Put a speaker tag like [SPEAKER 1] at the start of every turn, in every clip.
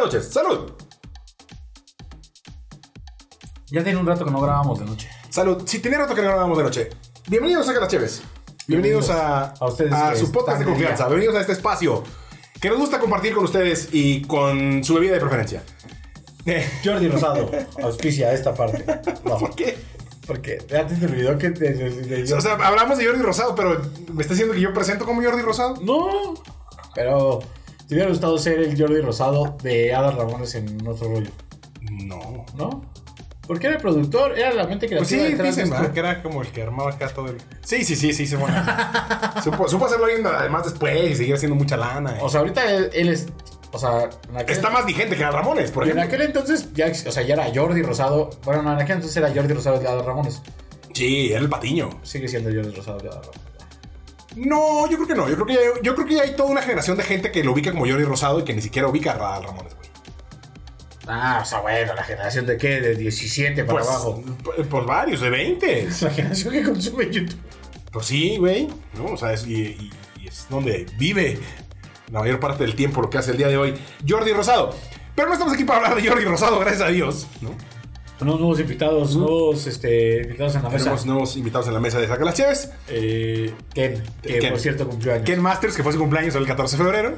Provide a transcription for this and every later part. [SPEAKER 1] noches. Salud.
[SPEAKER 2] Ya tiene un rato que no grabamos de noche.
[SPEAKER 1] Salud. Si tenía rato que no grabábamos de noche. Bienvenidos a Caras Chéves. Bienvenidos a,
[SPEAKER 2] a ustedes que
[SPEAKER 1] su podcast
[SPEAKER 2] están
[SPEAKER 1] de
[SPEAKER 2] de
[SPEAKER 1] confianza.
[SPEAKER 2] día.
[SPEAKER 1] Bienvenidos a este espacio que nos gusta compartir con ustedes y con su bebida de preferencia. Eh,
[SPEAKER 2] Jordi Rosado auspicia esta parte. No,
[SPEAKER 1] ¿Por qué?
[SPEAKER 2] porque ya te olvidó que te.
[SPEAKER 1] O sea, hablamos de Jordi Rosado, pero me está diciendo que yo presento como Jordi Rosado.
[SPEAKER 2] no. Pero te hubiera gustado ser el Jordi Rosado de Adal Ramones en otro rollo,
[SPEAKER 1] No.
[SPEAKER 2] ¿no? Porque era el productor, era la mente creativa.
[SPEAKER 1] Pues sí,
[SPEAKER 2] detrás de
[SPEAKER 1] dicen
[SPEAKER 2] esto.
[SPEAKER 1] ¿verdad? que era como el que armaba acá todo el. Sí, sí, sí, sí, se bueno. supo, supo hacerlo bien, además después y seguir haciendo mucha lana. eh.
[SPEAKER 2] O sea, ahorita él, él es. O sea, en aquel,
[SPEAKER 1] Está más vigente que Al Ramones, por
[SPEAKER 2] en
[SPEAKER 1] ejemplo.
[SPEAKER 2] aquel entonces ya, ex- o sea, ya era Jordi Rosado. Bueno, no, en aquel entonces era Jordi Rosado de Adal Ramones.
[SPEAKER 1] Sí, era el patiño.
[SPEAKER 2] Sigue siendo Jordi Rosado de Adal Ramones.
[SPEAKER 1] No, yo creo que no. Yo creo que, ya, yo creo que ya hay toda una generación de gente que lo ubica como Jordi Rosado y que ni siquiera ubica a Adal Ramones, güey.
[SPEAKER 2] Ah, o sea, bueno, la generación de qué? De 17 para
[SPEAKER 1] Pues,
[SPEAKER 2] abajo.
[SPEAKER 1] p- pues varios, de 20.
[SPEAKER 2] La generación que consume YouTube.
[SPEAKER 1] Pues sí, güey. ¿no? O sea, es, y, y- y es donde vive la mayor parte del tiempo lo que hace el día de hoy Jordi Rosado. Pero no estamos aquí para hablar de Jordi Rosado, gracias a Dios. ¿no?
[SPEAKER 2] Unos nuevos invitados, nuevos este, invitados en la mesa.
[SPEAKER 1] Tenemos nuevos invitados en la mesa de Saca las Chéves.
[SPEAKER 2] Eh, Ken, que
[SPEAKER 1] Ken.
[SPEAKER 2] por cierto cumplió años.
[SPEAKER 1] Ken Masters, que fue su cumpleaños el 14 de febrero.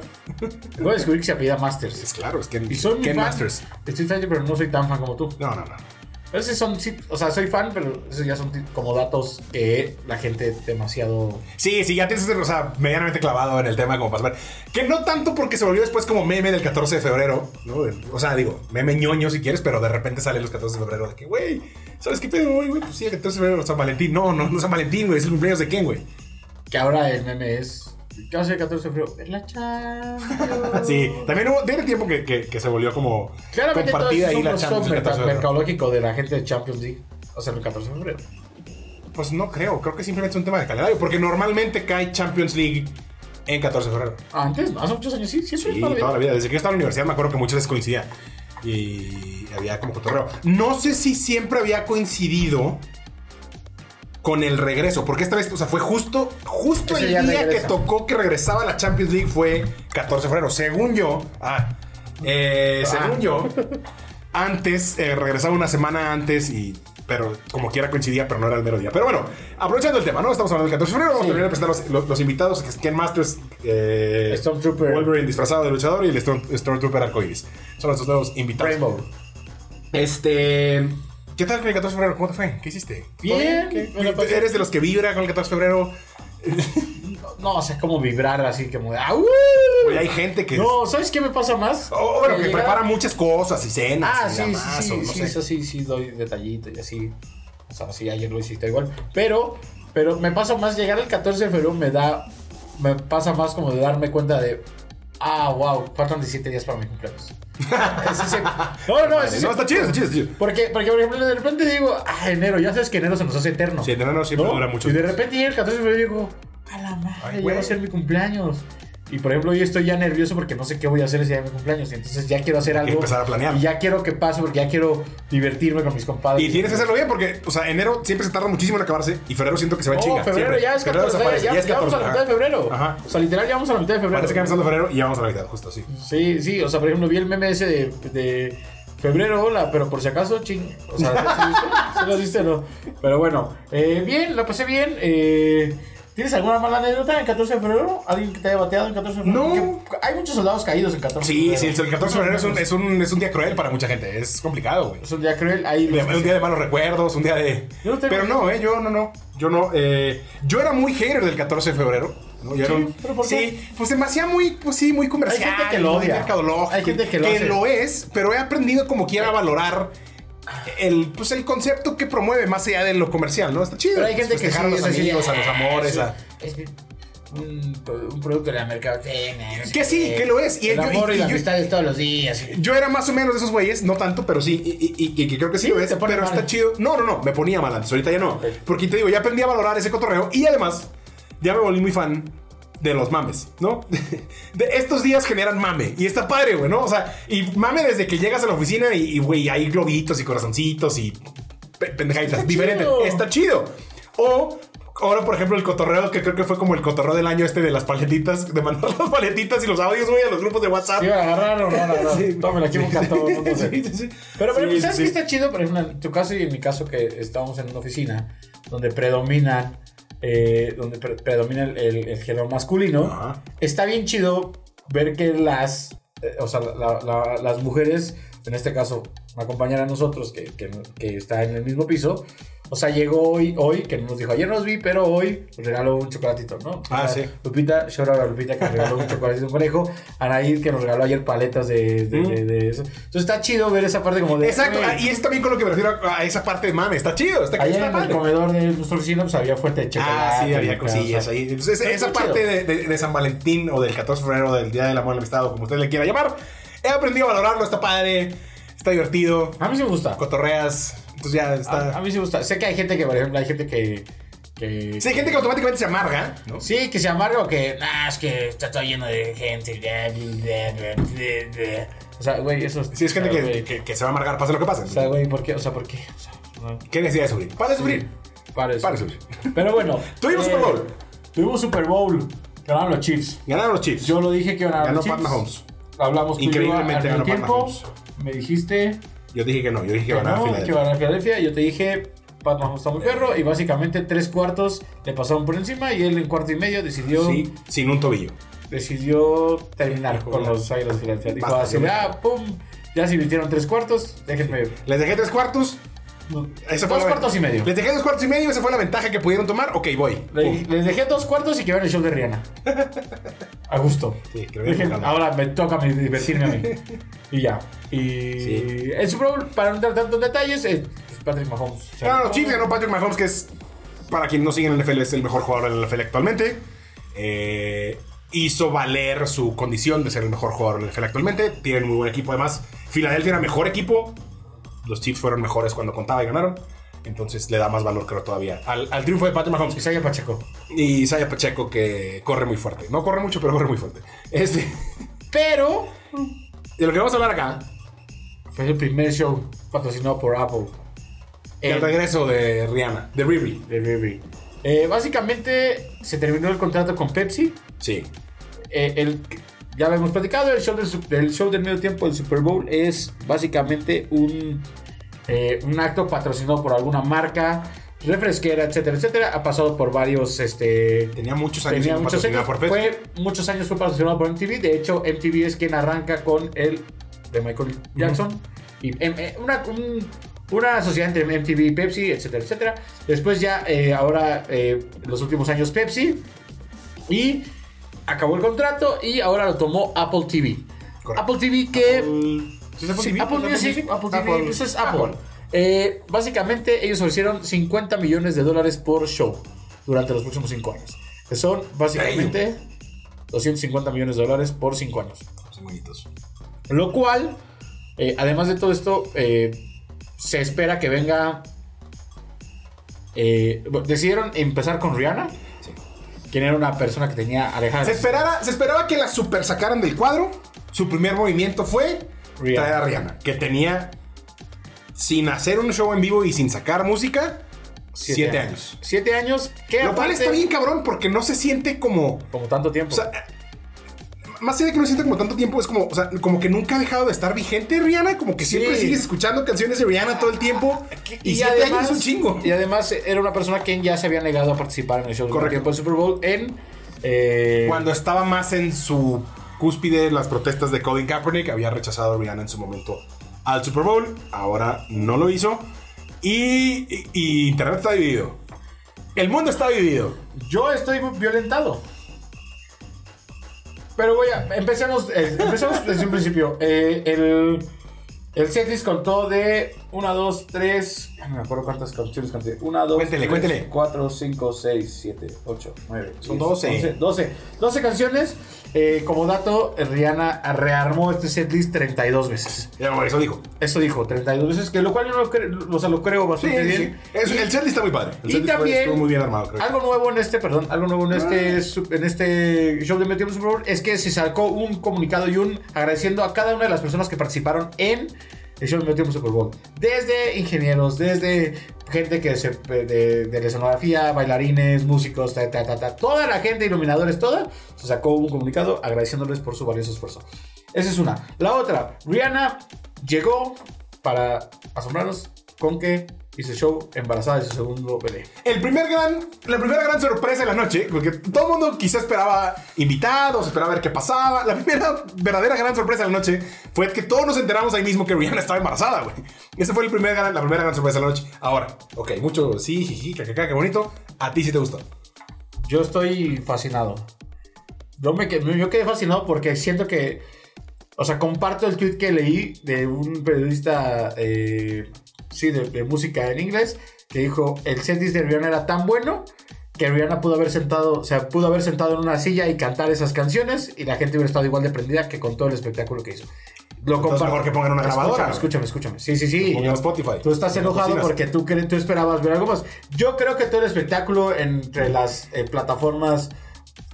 [SPEAKER 2] Voy a descubrir que se apellida Masters.
[SPEAKER 1] Es claro, es Ken,
[SPEAKER 2] Y soy muy
[SPEAKER 1] Ken
[SPEAKER 2] fan.
[SPEAKER 1] Masters.
[SPEAKER 2] Estoy fan, pero no soy tan fan como tú.
[SPEAKER 1] No, no, no.
[SPEAKER 2] Pero sí son, sí, o sea, soy fan, pero esos ya son ti- como datos que la gente es demasiado.
[SPEAKER 1] Sí, sí, ya tienes o sea, medianamente clavado en el tema como para saber. Que no tanto porque se volvió después como meme del 14 de febrero, ¿no? El- O sea, digo, meme ñoño si quieres, pero de repente sale los 14 de febrero de que, güey, ¿sabes qué pedo, güey? Güey, Pues sí, el 14 de febrero, San Valentín. No, no, no es San Valentín, güey, es el cumpleaños de quién, güey.
[SPEAKER 2] Que ahora el meme es. ¿Qué va a ser el 14 de febrero? Es la Champions.
[SPEAKER 1] Sí, también hubo, tiene tiempo que, que- que se volvió como
[SPEAKER 2] Claramente todo
[SPEAKER 1] compartida
[SPEAKER 2] eso
[SPEAKER 1] ahí la
[SPEAKER 2] es un
[SPEAKER 1] Champions
[SPEAKER 2] rostro
[SPEAKER 1] del 14 de febrero.
[SPEAKER 2] mercadológico de la gente de Champions League. O sea, el 14 de febrero.
[SPEAKER 1] Pues no creo, creo que simplemente es un tema de calendario, porque normalmente cae Champions League en 14 de febrero.
[SPEAKER 2] Antes, hace muchos años, sí, siempre
[SPEAKER 1] Sí,
[SPEAKER 2] es para
[SPEAKER 1] toda la vida. Desde que yo estaba en la universidad me acuerdo que muchas veces coincidía. Y había como cotorreo. No sé si siempre había coincidido con el regreso, porque esta vez, o sea, fue justo, justo
[SPEAKER 2] Ese
[SPEAKER 1] el
[SPEAKER 2] día
[SPEAKER 1] día
[SPEAKER 2] regresa.
[SPEAKER 1] que tocó que regresaba la Champions League fue 14 de febrero. Según yo, ah, eh,
[SPEAKER 2] Ah.
[SPEAKER 1] según yo, antes, eh, regresaba una semana antes y... Pero como quiera coincidía, pero no era el mero día. Pero bueno, aprovechando el tema, ¿no? Estamos hablando del 14 de febrero. Vamos
[SPEAKER 2] Sí.
[SPEAKER 1] a terminar de presentar los, los- los invitados, que es Ken Masters, eh,
[SPEAKER 2] Stormtrooper.
[SPEAKER 1] Wolverine disfrazado de luchador y el Storm- Stormtrooper arcoiris. Son nuestros nuevos invitados.
[SPEAKER 2] Rainbow.
[SPEAKER 1] Este. ¿Qué tal con el 14 de febrero? ¿Cómo te fue? ¿Qué hiciste?
[SPEAKER 2] Bien,
[SPEAKER 1] ¿Qué-
[SPEAKER 2] me la pasé.
[SPEAKER 1] ¿Eres de los que vibra con el 14 de febrero?
[SPEAKER 2] No, o sea, es como vibrar así, como de. ¡Au!
[SPEAKER 1] Güey, hay gente que.
[SPEAKER 2] No, ¿sabes qué me pasa más?
[SPEAKER 1] Oh, bueno,
[SPEAKER 2] Que
[SPEAKER 1] que
[SPEAKER 2] llega-
[SPEAKER 1] prepara muchas cosas y cenas.
[SPEAKER 2] Ah,
[SPEAKER 1] y
[SPEAKER 2] sí, sí,
[SPEAKER 1] lamazos,
[SPEAKER 2] sí,
[SPEAKER 1] no
[SPEAKER 2] sí,
[SPEAKER 1] sé.
[SPEAKER 2] eso sí, sí, doy detallito y así. O sea, sí, ayer lo hiciste igual. Pero, pero me pasa más, llegar al 14 de febrero me da, me pasa más como de darme cuenta de, ah, wow, faltan 17 días para mi cumpleaños. Es ese- no, no, es
[SPEAKER 1] Vale,
[SPEAKER 2] ese-
[SPEAKER 1] No, está chido, está chido, está chido.
[SPEAKER 2] Porque, porque, por ejemplo, de repente digo, ah, enero, ya sabes que enero se nos hace eterno.
[SPEAKER 1] Sí, no, no, siempre
[SPEAKER 2] ¿no?
[SPEAKER 1] dura mucho.
[SPEAKER 2] Y de repente llega el 14 de febrero y digo, a la madre,
[SPEAKER 1] Ay,
[SPEAKER 2] ya
[SPEAKER 1] güey.
[SPEAKER 2] va a ser mi cumpleaños. Y por ejemplo, yo estoy ya nervioso porque no sé qué voy a hacer ese día de mi cumpleaños. Entonces ya quiero hacer
[SPEAKER 1] Hay que
[SPEAKER 2] algo.
[SPEAKER 1] empezar a planear.
[SPEAKER 2] Y ya quiero que pase porque ya quiero divertirme con mis compadres.
[SPEAKER 1] Y tienes que hacerlo bien porque, o sea, enero siempre se tarda muchísimo en acabarse y febrero siento que se va en
[SPEAKER 2] No,
[SPEAKER 1] chinga.
[SPEAKER 2] febrero
[SPEAKER 1] siempre.
[SPEAKER 2] ya es
[SPEAKER 1] Febrero
[SPEAKER 2] 14.
[SPEAKER 1] se aparece,
[SPEAKER 2] ya,
[SPEAKER 1] ya es
[SPEAKER 2] ya vamos a la
[SPEAKER 1] 14,
[SPEAKER 2] mitad de febrero.
[SPEAKER 1] Ajá.
[SPEAKER 2] O sea, literal, ya vamos a la mitad de febrero.
[SPEAKER 1] Parece que va empezando febrero y ya vamos a la mitad, justo así.
[SPEAKER 2] Sí, sí, o sea, por ejemplo, vi el meme ese de, de febrero, hola, pero por si acaso, ching. O sea, ¿sí, lo viste o no? Pero bueno, eh, bien, la pasé bien. eh, ¿Tienes alguna mala anécdota en 14 de febrero? ¿Alguien que te haya bateado en 14 de febrero?
[SPEAKER 1] No.
[SPEAKER 2] Que hay muchos soldados caídos en 14 de
[SPEAKER 1] Sí,
[SPEAKER 2] febrero.
[SPEAKER 1] sí, el 14 de febrero es un, es, un, es un día cruel para mucha gente. Es complicado, güey.
[SPEAKER 2] Es un día cruel. Ahí
[SPEAKER 1] Un día- Un día de malos recuerdos, un día de.
[SPEAKER 2] Yo no tengo-
[SPEAKER 1] Pero no, eh, yo no, no. Yo no. eh, yo era muy hater del 14 de febrero. ¿no? Yo era
[SPEAKER 2] Sí,
[SPEAKER 1] un-
[SPEAKER 2] ¿pero por qué?
[SPEAKER 1] Sí, pues se me hacía muy, pues sí, muy comercial.
[SPEAKER 2] Hay gente que lo
[SPEAKER 1] muy
[SPEAKER 2] odia.
[SPEAKER 1] mercadológico,
[SPEAKER 2] Hay gente que lo hace.
[SPEAKER 1] es, pero he aprendido como quiera a valorar el, pues, el concepto que promueve más allá de lo comercial, ¿no? Está chido.
[SPEAKER 2] Pero hay gente
[SPEAKER 1] Pues,
[SPEAKER 2] que sí,
[SPEAKER 1] festejar a los
[SPEAKER 2] es así,
[SPEAKER 1] amigos, a los
[SPEAKER 2] "Ah,
[SPEAKER 1] amores,
[SPEAKER 2] sí,
[SPEAKER 1] a.
[SPEAKER 2] es mi- un, un producto de la mercadotecnia. no sé
[SPEAKER 1] Que sí,
[SPEAKER 2] qué.
[SPEAKER 1] que lo es, y
[SPEAKER 2] el
[SPEAKER 1] yo-
[SPEAKER 2] amor y,
[SPEAKER 1] y
[SPEAKER 2] la
[SPEAKER 1] yo-
[SPEAKER 2] amistad es todos los días.
[SPEAKER 1] Yo era más o menos de esos güeyes, no tanto, pero sí, y, y- y- y que creo que sí,
[SPEAKER 2] Sí,
[SPEAKER 1] lo es,
[SPEAKER 2] te pone
[SPEAKER 1] pero
[SPEAKER 2] mal.
[SPEAKER 1] está chido. No, no, no, me ponía mal antes, ahorita ya no. Porque te digo, ya aprendí a valorar ese cotorreo y además ya me volví muy fan de los mames, ¿no? De estos días generan mame y está padre, güey, ¿no? O sea, y mame desde que llegas a la oficina y, y, güey, hay globitos y corazoncitos y pe- pendejaditas
[SPEAKER 2] Está
[SPEAKER 1] diferentes.
[SPEAKER 2] chido.
[SPEAKER 1] Está chido. O Ahora, por ejemplo, el cotorreo, que creo que fue como el cotorreo del año este de las paletitas, de mandar las paletitas y los audios, güey, a los grupos de WhatsApp.
[SPEAKER 2] Sí, me agarraron, no, no, no.
[SPEAKER 1] Sí.
[SPEAKER 2] Tómela, aquí un cantón, no sé.
[SPEAKER 1] Sí, sí, pues, sí.
[SPEAKER 2] Pero, pero
[SPEAKER 1] Sí,
[SPEAKER 2] ¿sabes
[SPEAKER 1] sí.
[SPEAKER 2] qué está chido? Por ejemplo, en tu caso y en mi caso que estábamos en una oficina donde predomina, eh, donde pre- predomina el, el- el género masculino,
[SPEAKER 1] Ajá.
[SPEAKER 2] está bien chido ver que las, eh, o sea, la- la- las mujeres, en este caso, una compañera de nosotros que, que- que está en el mismo piso, o sea, llegó hoy, hoy, que nos dijo, ayer nos vi, pero hoy nos regaló un chocolatito, ¿no?
[SPEAKER 1] Ah,
[SPEAKER 2] O sea,
[SPEAKER 1] sí.
[SPEAKER 2] Lupita, shout out a Lupita que nos regaló un chocolatito un conejo. Anaid que nos regaló ayer paletas de, de-
[SPEAKER 1] Mm.
[SPEAKER 2] de- de eso. Entonces está chido ver esa parte como de.
[SPEAKER 1] Exacto,
[SPEAKER 2] "Güey,
[SPEAKER 1] ah, y es también con lo que me refiero a, a esa parte de mame, está chido, está,
[SPEAKER 2] Ayer en
[SPEAKER 1] está
[SPEAKER 2] el
[SPEAKER 1] padre.
[SPEAKER 2] comedor de nuestra oficina pues, había fuente de chocolate.
[SPEAKER 1] Ah, sí,
[SPEAKER 2] y
[SPEAKER 1] había
[SPEAKER 2] acá, o
[SPEAKER 1] cosillas
[SPEAKER 2] sea,
[SPEAKER 1] ahí. Entonces, esa-
[SPEAKER 2] Está
[SPEAKER 1] esa
[SPEAKER 2] chido.
[SPEAKER 1] parte de, de- de San Valentín o del 14 de febrero, del Día del Amor y la Amistad, o como usted le quiera llamar, he aprendido a valorarlo, está padre, está divertido,
[SPEAKER 2] A mí sí me gusta.
[SPEAKER 1] cotorreas, entonces ya
[SPEAKER 2] A, a
[SPEAKER 1] está...
[SPEAKER 2] mí sí me gusta. Sé que hay gente que, por ejemplo, hay gente que. que
[SPEAKER 1] Sí, hay gente que automáticamente se amarga, ¿no?
[SPEAKER 2] Sí, que se amarga o que. Ah, es que está todo lleno de gente. bla, bla, bla, bla, bla". O sea, güey, eso
[SPEAKER 1] Sí, es gente
[SPEAKER 2] o sea, güey,
[SPEAKER 1] que, que- que se va a amargar, pase lo que pase.
[SPEAKER 2] O sea, güey, ¿por qué? O sea, ¿por qué? O sea, no,
[SPEAKER 1] ¿Qué necesidad de sufrir? Para de sufrir.
[SPEAKER 2] para eso.
[SPEAKER 1] Para de sufrir.
[SPEAKER 2] Pero bueno. eh,
[SPEAKER 1] Tuvimos Super Bowl.
[SPEAKER 2] Tuvimos Super Bowl. Ganaron los Chiefs.
[SPEAKER 1] Ganaron los Chiefs.
[SPEAKER 2] Yo lo dije que ganaron
[SPEAKER 1] Ganó
[SPEAKER 2] los
[SPEAKER 1] Pat
[SPEAKER 2] Chiefs.
[SPEAKER 1] Mahomes.
[SPEAKER 2] Hablamos tú y yo
[SPEAKER 1] Increíblemente
[SPEAKER 2] al
[SPEAKER 1] ganó Pat
[SPEAKER 2] tiempo.
[SPEAKER 1] Mahomes.
[SPEAKER 2] Me dijiste
[SPEAKER 1] Yo dije que no, yo dije que
[SPEAKER 2] que
[SPEAKER 1] ganaron
[SPEAKER 2] no, que
[SPEAKER 1] Filadelfia.
[SPEAKER 2] ganaron Filadelfia. Yo te dije, Pat Mahomes está muy perro. Y básicamente tres cuartos le pasaron por encima. Y él en cuarto y medio decidió,
[SPEAKER 1] Sí, sin un tobillo.
[SPEAKER 2] decidió terminar
[SPEAKER 1] Sí,
[SPEAKER 2] con los Águilas de Filadelfia. Dijo
[SPEAKER 1] Basta,
[SPEAKER 2] así,
[SPEAKER 1] yo me-
[SPEAKER 2] ah, pum. Ya se invirtieron tres cuartos. Déjenme.
[SPEAKER 1] Les dejé tres cuartos. Esa fue
[SPEAKER 2] dos
[SPEAKER 1] la-
[SPEAKER 2] cuartos y medio.
[SPEAKER 1] Les dejé dos cuartos y medio, esa fue la ventaja que pudieron tomar. Ok, voy.
[SPEAKER 2] Le-
[SPEAKER 1] Pum.
[SPEAKER 2] les dejé dos cuartos y que vean el show de Rihanna. A gusto.
[SPEAKER 1] Sí, que lo vean
[SPEAKER 2] Dije,
[SPEAKER 1] tocando.
[SPEAKER 2] ahora me toca mi- divertirme a mí. Y ya. Y
[SPEAKER 1] Sí.
[SPEAKER 2] el Super Bowl, para no entrar tanto en detalles, es Patrick Mahomes. O sea,
[SPEAKER 1] Claro, los Chiefs ganó Patrick Mahomes, que es, para quien no sigue en el NFL, es el mejor jugador de la NFL actualmente. Eh, hizo valer su condición de ser el mejor jugador de la NFL actualmente. Tienen muy buen equipo, además. Filadelfia era mejor equipo. Los Chiefs fueron mejores cuando contaba y ganaron. Entonces le da más valor, creo, todavía al, al triunfo de Patrick Mahomes.
[SPEAKER 2] Isaiah Pacheco.
[SPEAKER 1] Y Isaiah Pacheco, que corre muy fuerte. No corre mucho, pero corre muy fuerte. Este,
[SPEAKER 2] Pero
[SPEAKER 1] de lo que vamos a hablar acá,
[SPEAKER 2] fue el primer show patrocinado por Apple.
[SPEAKER 1] el
[SPEAKER 2] En-
[SPEAKER 1] regreso de Rihanna, de Riri.
[SPEAKER 2] de Riri. Eh, básicamente se terminó el contrato con Pepsi.
[SPEAKER 1] Sí.
[SPEAKER 2] Eh, el, ya lo hemos platicado, el show del, su- el show del medio tiempo del Super Bowl es básicamente un, eh, un acto patrocinado por alguna marca, refresquera, etcétera, etcétera. Ha pasado por varios, este...
[SPEAKER 1] Tenía muchos años
[SPEAKER 2] Tenía
[SPEAKER 1] sin
[SPEAKER 2] muchos
[SPEAKER 1] patrocinar
[SPEAKER 2] años,
[SPEAKER 1] por Pepsi.
[SPEAKER 2] fue, muchos años fue patrocinado por MTV. De hecho, MTV es quien arranca con el de Michael Jackson. Y em, eh, una, un- una sociedad entre MTV y Pepsi, etcétera, etcétera. Después ya, eh, ahora, eh, los últimos años Pepsi. Y acabó el contrato y ahora lo tomó Apple TV.
[SPEAKER 1] Correcto.
[SPEAKER 2] Apple TV que...
[SPEAKER 1] ¿Sí es Apple
[SPEAKER 2] Sí,
[SPEAKER 1] TV?
[SPEAKER 2] Apple
[SPEAKER 1] ¿Es Apple
[SPEAKER 2] Music,
[SPEAKER 1] Music?
[SPEAKER 2] Apple TV,
[SPEAKER 1] Apple. Ah,
[SPEAKER 2] pues es Apple. Eh, básicamente, ellos ofrecieron 50 millones de dólares por show durante los próximos 5 años. Que son básicamente 250 millones de dólares por 5 años.
[SPEAKER 1] Son bonitos.
[SPEAKER 2] Lo cual, eh, además de todo esto, eh, se espera que venga. eh, bueno, decidieron empezar con Rihanna,
[SPEAKER 1] Sí.
[SPEAKER 2] quien era una persona que tenía alejada.
[SPEAKER 1] Se, esperara, se esperaba que la super sacaran del cuadro. Su primer movimiento fue
[SPEAKER 2] Rihanna.
[SPEAKER 1] traer a Rihanna, que tenía, sin hacer un show en vivo y sin sacar música, siete, años.
[SPEAKER 2] 7 años, que
[SPEAKER 1] Lo cual
[SPEAKER 2] aparte-
[SPEAKER 1] está bien cabrón porque no se siente como...
[SPEAKER 2] Como tanto tiempo.
[SPEAKER 1] O sea, eh, más allá de que no se siente como tanto tiempo, es como, o sea, como que nunca ha dejado de estar vigente Rihanna, como que siempre
[SPEAKER 2] Sí.
[SPEAKER 1] sigues escuchando canciones de Rihanna todo el tiempo. Y, siete años es un chingo.
[SPEAKER 2] Y además era una persona quien ya se había negado a participar en el show del
[SPEAKER 1] Correcto.
[SPEAKER 2] tiempo del Super Bowl en. eh,
[SPEAKER 1] Cuando estaba más en su cúspide las protestas de Colin Kaepernick, había rechazado a Rihanna en su momento al Super Bowl, ahora no lo hizo. Y, y- y Internet está dividido. El mundo está dividido.
[SPEAKER 2] Yo estoy violentado. Pero voy a. Empecemos, eh, empecemos desde un principio. Eh, el. El setlist contó de 1, 2, 3. No me acuerdo cuántas canciones conté. 1, 2,
[SPEAKER 1] Cuéntele, cuéntele.
[SPEAKER 2] 4, 5, 6, 7, 8, 9.
[SPEAKER 1] Son 12.
[SPEAKER 2] 12, 12, 12 canciones. Eh, como dato, Rihanna rearmó este setlist 32 veces.
[SPEAKER 1] Ya, bueno, Eso dijo.
[SPEAKER 2] Eso dijo, 32 veces, que lo cual yo no lo creo, o sea, lo creo bastante bien.
[SPEAKER 1] Es- el set está muy padre. El
[SPEAKER 2] Y
[SPEAKER 1] setlist fue-
[SPEAKER 2] también-
[SPEAKER 1] estuvo muy bien armado, creo.
[SPEAKER 2] Algo nuevo en este, perdón, algo nuevo en este, su- en este show de Meteor Super Bowl es que se sacó un comunicado y un agradeciendo a cada una de las personas que participaron en el show metió un Super Bowl. Desde ingenieros, desde gente que se, de, de la escenografía, bailarines, músicos, ta, ta, ta, ta, toda la gente, iluminadores, toda, se sacó un comunicado agradeciéndoles por su valioso esfuerzo. Esa es una. La otra, Rihanna llegó para asombrarnos con que hizo show embarazada de su segundo bebé.
[SPEAKER 1] El primer gran, la primera gran sorpresa de la noche, porque todo el mundo quizá esperaba invitados, esperaba ver qué pasaba. La primera verdadera gran sorpresa de la noche fue que todos nos enteramos ahí mismo que Rihanna estaba embarazada, güey. Esa fue el primer gran- la primera gran sorpresa de la noche. Ahora, ok, mucho sí, jiji, cacaca, qué bonito. A ti sí te gustó.
[SPEAKER 2] Yo estoy fascinado. Yo, me, que- yo quedé fascinado porque siento que. O sea, comparto el tweet que leí de un periodista. eh, sí, de, de música en inglés. Que dijo: el setlist de Rihanna era tan bueno. Que Rihanna pudo haber sentado. O sea, pudo haber sentado en una silla y cantar esas canciones. Y la gente hubiera estado igual de prendida que con todo el espectáculo que hizo. Lo
[SPEAKER 1] Entonces,
[SPEAKER 2] comparto.
[SPEAKER 1] mejor que pongan una grabadora.
[SPEAKER 2] Escúchame, escúchame. escúchame. Sí, sí, sí.
[SPEAKER 1] Pongan en Spotify.
[SPEAKER 2] Tú estás
[SPEAKER 1] En las
[SPEAKER 2] enojado
[SPEAKER 1] bocinas.
[SPEAKER 2] porque tú, cre- tú esperabas ver algo más. Yo creo que todo el espectáculo entre las eh, plataformas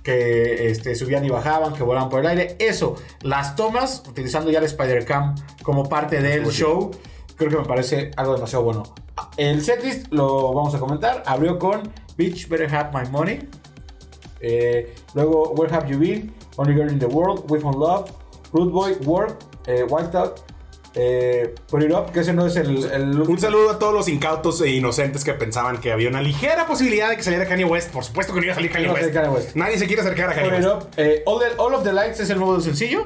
[SPEAKER 2] que este, subían y bajaban, que volaban por el aire, eso, las tomas, utilizando ya el Spider-Cam como parte del
[SPEAKER 1] Muy bien.
[SPEAKER 2] show, creo que me parece algo demasiado bueno. El setlist lo vamos a comentar. Abrió con Bitch Better Have My Money. Eh, luego, Where Have You Been? Only Girl in the World, We Found Love, Rude Boy, Work, eh, Wiped Out, eh, Put It Up, que ese no es el, el
[SPEAKER 1] Un saludo a todos los incautos e inocentes que pensaban que había una ligera posibilidad de que saliera Kanye West. Por supuesto que no iba a salir Kanye
[SPEAKER 2] No va a
[SPEAKER 1] West.
[SPEAKER 2] salir Kanye West.
[SPEAKER 1] Nadie se quiere acercar a Kanye
[SPEAKER 2] Put It
[SPEAKER 1] West.
[SPEAKER 2] Up. Eh, all, the- All of the Lights es el nuevo sencillo.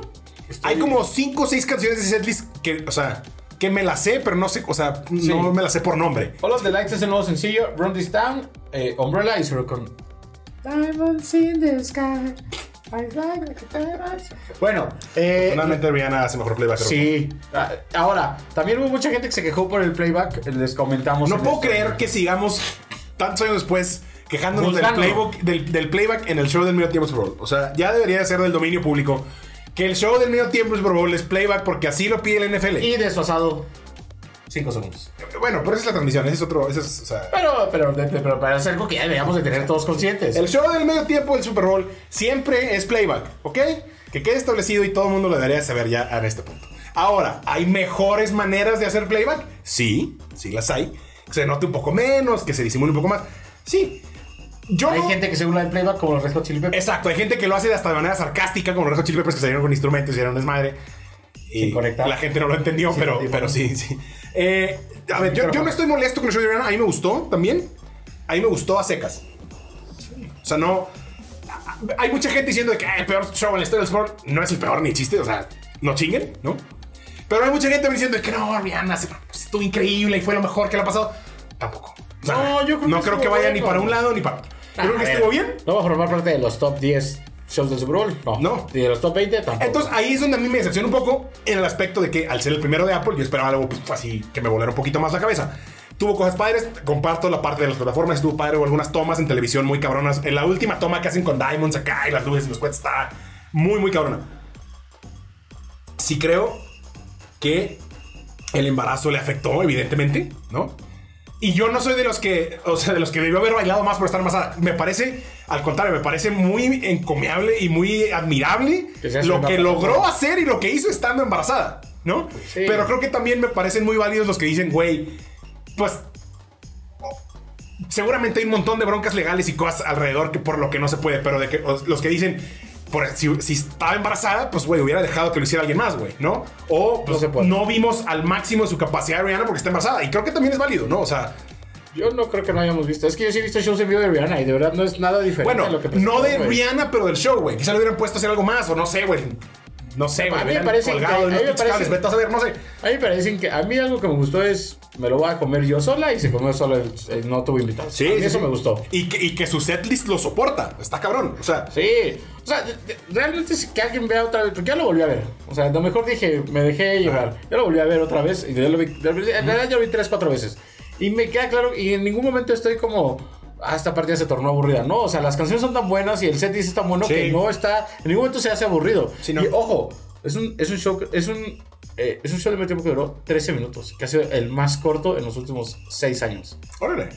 [SPEAKER 2] Estoy-
[SPEAKER 1] Hay como 5 o 6 canciones de setlist que, o sea, que me las sé, pero no sé, o sea, no me las sé por nombre.
[SPEAKER 2] All of the Lights es el nuevo sencillo. Run This Town, eh, Umbrella y Zero con. Diamonds in the sky. I like the diamonds. Bueno, eh,
[SPEAKER 1] Normalmente Rihanna hace mejor playback. pero-
[SPEAKER 2] sí. Ah, Ahora, también hubo mucha gente que se quejó por el playback. Les comentamos.
[SPEAKER 1] No
[SPEAKER 2] en
[SPEAKER 1] puedo
[SPEAKER 2] esto.
[SPEAKER 1] creer que sigamos tantos años después quejándonos del
[SPEAKER 2] Juzgando.
[SPEAKER 1] playbook- del- del playback en el show del medio tiempo Super Bowl. O sea, ya debería de ser del dominio público que el show del medio tiempo Super Bowl es playback porque así lo pide el NFL.
[SPEAKER 2] Y desfasado 5 segundos.
[SPEAKER 1] bueno, pero esa es la transmisión, ese es otro, ese es, o sea,
[SPEAKER 2] Pero, pero, de- de- pero para hacer algo que ya deberíamos de tener todos conscientes.
[SPEAKER 1] El show del medio tiempo del Super Bowl siempre es playback, ¿ok? Que quede establecido y todo el mundo lo debería saber ya en este punto. Ahora, ¿hay mejores maneras de hacer playback? Sí, sí las hay. Que se note un poco menos, que se disimule un poco más. Sí. Yo
[SPEAKER 2] Hay
[SPEAKER 1] no-
[SPEAKER 2] gente que se burla del playback como los Red Hot Chili Peppers.
[SPEAKER 1] Exacto, hay gente que lo hace de hasta de manera sarcástica, como los Red Hot Chili Peppers que salieron con instrumentos y eran un desmadre. Y
[SPEAKER 2] Sin conectar.
[SPEAKER 1] La gente no lo entendió,
[SPEAKER 2] Sin
[SPEAKER 1] pero,
[SPEAKER 2] conectar.
[SPEAKER 1] pero sí, sí. Eh, a ver, yo, yo no estoy molesto con el show de Rihanna. A mí me gustó también. A mí me gustó a secas. O sea, no. Hay mucha gente diciendo de que "Ah, el peor show en la historia del sport no es el peor ni chiste. O sea, no chinguen, ¿no? Pero hay mucha gente diciendo de que no, Rihanna se- pues, estuvo increíble y fue lo mejor que le ha pasado. Tampoco. O sea,
[SPEAKER 2] No, yo creo
[SPEAKER 1] no
[SPEAKER 2] que
[SPEAKER 1] creo que
[SPEAKER 2] estuvo
[SPEAKER 1] vaya ni
[SPEAKER 2] bueno.
[SPEAKER 1] para un lado ni para otro. Yo
[SPEAKER 2] Ah,
[SPEAKER 1] creo que
[SPEAKER 2] a ver,
[SPEAKER 1] estuvo bien.
[SPEAKER 2] ¿No va a formar parte de los top 10 shows del Super Bowl? No.
[SPEAKER 1] No.
[SPEAKER 2] ¿Y de los top 20? Tampoco.
[SPEAKER 1] Entonces ahí es donde a mí me decepciona un poco en el aspecto de que al ser el primero de Apple yo esperaba algo pues, así que me volara un poquito más la cabeza. Tuvo cosas padres, comparto la parte de las plataformas, estuvo padre, hubo algunas tomas en televisión muy cabronas. En la última toma que hacen con Diamonds acá y las luces y los cuentos está muy, muy cabrona. Sí creo que el embarazo le afectó, evidentemente, ¿no? Y yo no soy de los que, o sea, de los que debió haber bailado más por estar más. a- Me parece, al contrario, me parece muy encomiable y muy admirable
[SPEAKER 2] Que seas
[SPEAKER 1] lo
[SPEAKER 2] una
[SPEAKER 1] que
[SPEAKER 2] persona.
[SPEAKER 1] logró hacer y lo que hizo estando embarazada, ¿no?
[SPEAKER 2] Sí.
[SPEAKER 1] Pero creo que también me parecen muy válidos los que dicen, güey, pues. oh, Seguramente hay un montón de broncas legales y cosas alrededor que por lo que no se puede, pero de que os- los que dicen, por, si, si estaba embarazada, pues güey, hubiera dejado que lo hiciera alguien más, güey, ¿no? O pues,
[SPEAKER 2] se puede.
[SPEAKER 1] no vimos al máximo de su capacidad de Rihanna porque está embarazada. Y creo que también es válido, ¿no? O sea,
[SPEAKER 2] Yo no creo que no hayamos visto. Es que yo sí he visto shows en vivo de Rihanna y de verdad no es nada diferente
[SPEAKER 1] bueno,
[SPEAKER 2] a lo que presentó,
[SPEAKER 1] no de
[SPEAKER 2] güey.
[SPEAKER 1] Rihanna, pero del show, güey. Quizá le hubieran puesto a hacer algo más, o no sé, güey. No sé, güey.
[SPEAKER 2] A mí me
[SPEAKER 1] hubieran
[SPEAKER 2] parece
[SPEAKER 1] colgado
[SPEAKER 2] que-
[SPEAKER 1] de
[SPEAKER 2] a
[SPEAKER 1] unos
[SPEAKER 2] mí me
[SPEAKER 1] pinches cables,
[SPEAKER 2] parece-
[SPEAKER 1] vete a saber, no sé.
[SPEAKER 2] A mí me parecen que a mí algo que me gustó es me lo voy a comer yo sola y se comió sola, eh, no tuvo invitados.
[SPEAKER 1] Sí,
[SPEAKER 2] A mí
[SPEAKER 1] sí,
[SPEAKER 2] eso
[SPEAKER 1] sí.
[SPEAKER 2] me gustó.
[SPEAKER 1] Y que, y que su setlist lo soporta. Está cabrón. O sea,
[SPEAKER 2] Sí. O sea, de- de- realmente si que alguien vea otra vez, porque ya lo volví a ver. O sea, a lo mejor dije, me dejé llevar. Yo lo volví a ver otra vez y yo lo vi, en realidad yo lo vi tres, cuatro veces. Y me queda claro, y en ningún momento estoy como, ah, esta partida se tornó aburrida. No, o sea, las canciones son tan buenas y el set es tan bueno
[SPEAKER 1] Sí.
[SPEAKER 2] que no está, en ningún momento se hace aburrido.
[SPEAKER 1] Sí, no.
[SPEAKER 2] Y ojo, es un, es un show, que- es un, eh, es un show de medio tiempo que duró 13 minutos, que ha sido el más corto en los últimos 6 años.
[SPEAKER 1] Órale.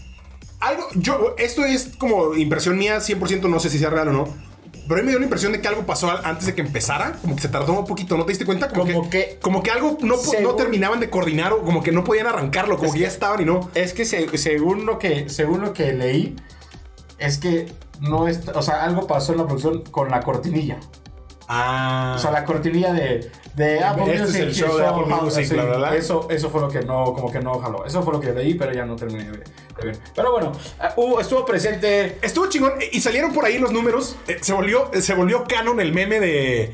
[SPEAKER 1] Algo, yo, esto es como impresión mía, 100%, no sé si sea real o no. Pero a mí me dio la impresión de que algo pasó al- antes de que empezara, como que se tardó un poquito, ¿no te diste cuenta?
[SPEAKER 2] Como que-
[SPEAKER 1] como que algo no, po- no
[SPEAKER 2] Según-
[SPEAKER 1] terminaban de coordinar o como que no podían arrancarlo, como
[SPEAKER 2] Es
[SPEAKER 1] que ya
[SPEAKER 2] que-
[SPEAKER 1] estaban y no.
[SPEAKER 2] Es que se- según lo que según lo que leí es que no es, o sea, algo pasó en la producción con la cortinilla.
[SPEAKER 1] Ah.
[SPEAKER 2] O sea, la cortinilla de, de Apple
[SPEAKER 1] Este es
[SPEAKER 2] Music.
[SPEAKER 1] el
[SPEAKER 2] y
[SPEAKER 1] show de
[SPEAKER 2] eso,
[SPEAKER 1] Apple Music,
[SPEAKER 2] sí,
[SPEAKER 1] bla, bla, bla.
[SPEAKER 2] Eso, eso fue lo que no, como que no jaló. Eso fue lo que leí, pero ya no terminé de ver. de ver. Pero bueno, ah, hubo- estuvo presente.
[SPEAKER 1] Estuvo chingón eh, y salieron por ahí los números. Eh, se, volvió, eh, se volvió canon el meme de.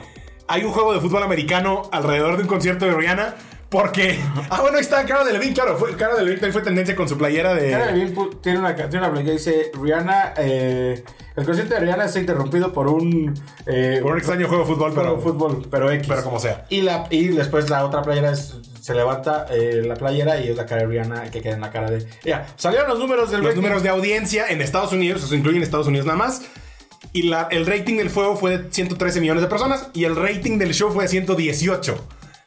[SPEAKER 1] Hay un juego de fútbol americano alrededor de un concierto de Rihanna. Porque. Ah, bueno, ahí está Cara Delevingne, claro. Fue, Cara Delevingne también fue tendencia con su playera de.
[SPEAKER 2] Cara Delevingne pu- tiene una canción una que dice Rihanna. eh, el concierto de Rihanna está interrumpido por un. eh,
[SPEAKER 1] Por un extraño juego de fútbol,
[SPEAKER 2] pero,
[SPEAKER 1] pero.
[SPEAKER 2] fútbol, pero X.
[SPEAKER 1] Pero como sea.
[SPEAKER 2] Y, la, y después la otra playera es- se levanta eh, la playera y es la cara de Rihanna que queda en la cara de. Ya, salieron los números del
[SPEAKER 1] Los
[SPEAKER 2] rating.
[SPEAKER 1] números de audiencia en Estados Unidos, eso incluye en Estados Unidos nada más. Y la- el rating del fuego fue de 113 millones de personas y el rating del show fue de 118.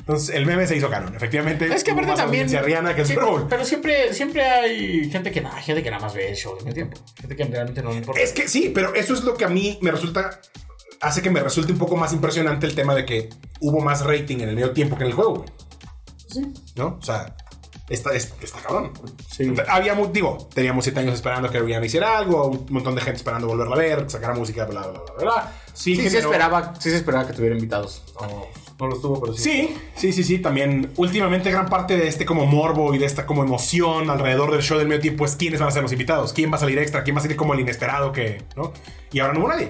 [SPEAKER 1] Entonces el meme se hizo canon, efectivamente.
[SPEAKER 2] Es que
[SPEAKER 1] hubo
[SPEAKER 2] aparte
[SPEAKER 1] más
[SPEAKER 2] también.
[SPEAKER 1] audiencia Rihanna que el
[SPEAKER 2] sí,
[SPEAKER 1] Super Bowl.
[SPEAKER 2] Pero siempre, siempre hay gente que nada, gente que nada más ve el show de medio tiempo. Gente que realmente no le importa.
[SPEAKER 1] Es que sí, pero eso es lo que a mí me resulta. Hace que me resulte un poco más impresionante el tema de que hubo más rating en el medio tiempo que en el juego, güey,
[SPEAKER 2] sí.
[SPEAKER 1] ¿no? O sea, está, es- está cabrón.
[SPEAKER 2] Sí.
[SPEAKER 1] Había, mu- digo, teníamos siete años esperando que Rihanna hiciera algo, un montón de gente esperando volverla a ver, sacara música, bla, bla, bla, bla, bla. Sí,
[SPEAKER 2] Sí, se
[SPEAKER 1] generó-
[SPEAKER 2] esperaba, sí se esperaba que tuviera invitados. No, no los tuvo, pero sí.
[SPEAKER 1] Sí, sí, sí, sí. También últimamente gran parte de este como morbo y de esta como emoción alrededor del show del medio tiempo es quiénes van a ser los invitados, quién va a salir extra, quién va a salir como el inesperado que, ¿no? Y ahora no hubo nadie.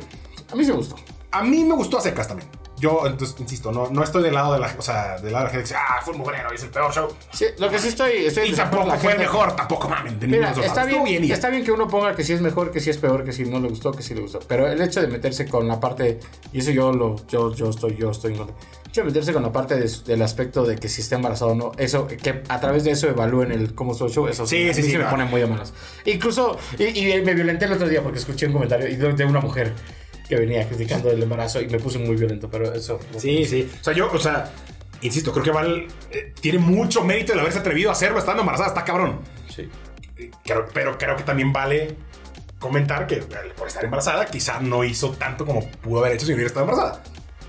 [SPEAKER 2] A mí se gustó.
[SPEAKER 1] A mí me gustó a secas también. Yo, entonces, insisto, no, no estoy del lado de la, o sea, del lado de la gente que dice, ah, fue un mugrero, es el peor show.
[SPEAKER 2] Sí, lo que sí estoy. estoy
[SPEAKER 1] Y
[SPEAKER 2] en desacuerdo
[SPEAKER 1] tampoco
[SPEAKER 2] con la
[SPEAKER 1] fue el
[SPEAKER 2] gente.
[SPEAKER 1] mejor, tampoco mamen. de
[SPEAKER 2] Mira,
[SPEAKER 1] ninguno de los
[SPEAKER 2] está
[SPEAKER 1] lados.
[SPEAKER 2] bien,
[SPEAKER 1] Estuvo y ya.
[SPEAKER 2] está bien que uno ponga que si es mejor, que si es peor, que si no le gustó, que si le gustó. Pero el hecho de meterse con la parte, y eso yo lo, yo, yo estoy, yo estoy en contra. El hecho de meterse con la parte de- del aspecto de que si está embarazado o no, eso, que a través de eso evalúen el cómo estuvo el show, eso
[SPEAKER 1] Sí,
[SPEAKER 2] a
[SPEAKER 1] sí,
[SPEAKER 2] mí
[SPEAKER 1] sí,
[SPEAKER 2] se me
[SPEAKER 1] claro.
[SPEAKER 2] pone muy de manos. Incluso, y, y me violenté el otro día porque escuché un comentario y de de una mujer que venía criticando el embarazo y me puse muy violento, pero eso.
[SPEAKER 1] Sí, sí. O sea, yo, o sea, insisto, creo que Val eh, tiene mucho mérito el haberse atrevido a hacerlo estando embarazada, está cabrón.
[SPEAKER 2] sí.
[SPEAKER 1] Eh, creo- pero creo que también vale comentar que eh, por estar embarazada quizá no hizo tanto como pudo haber hecho si no hubiera estado embarazada.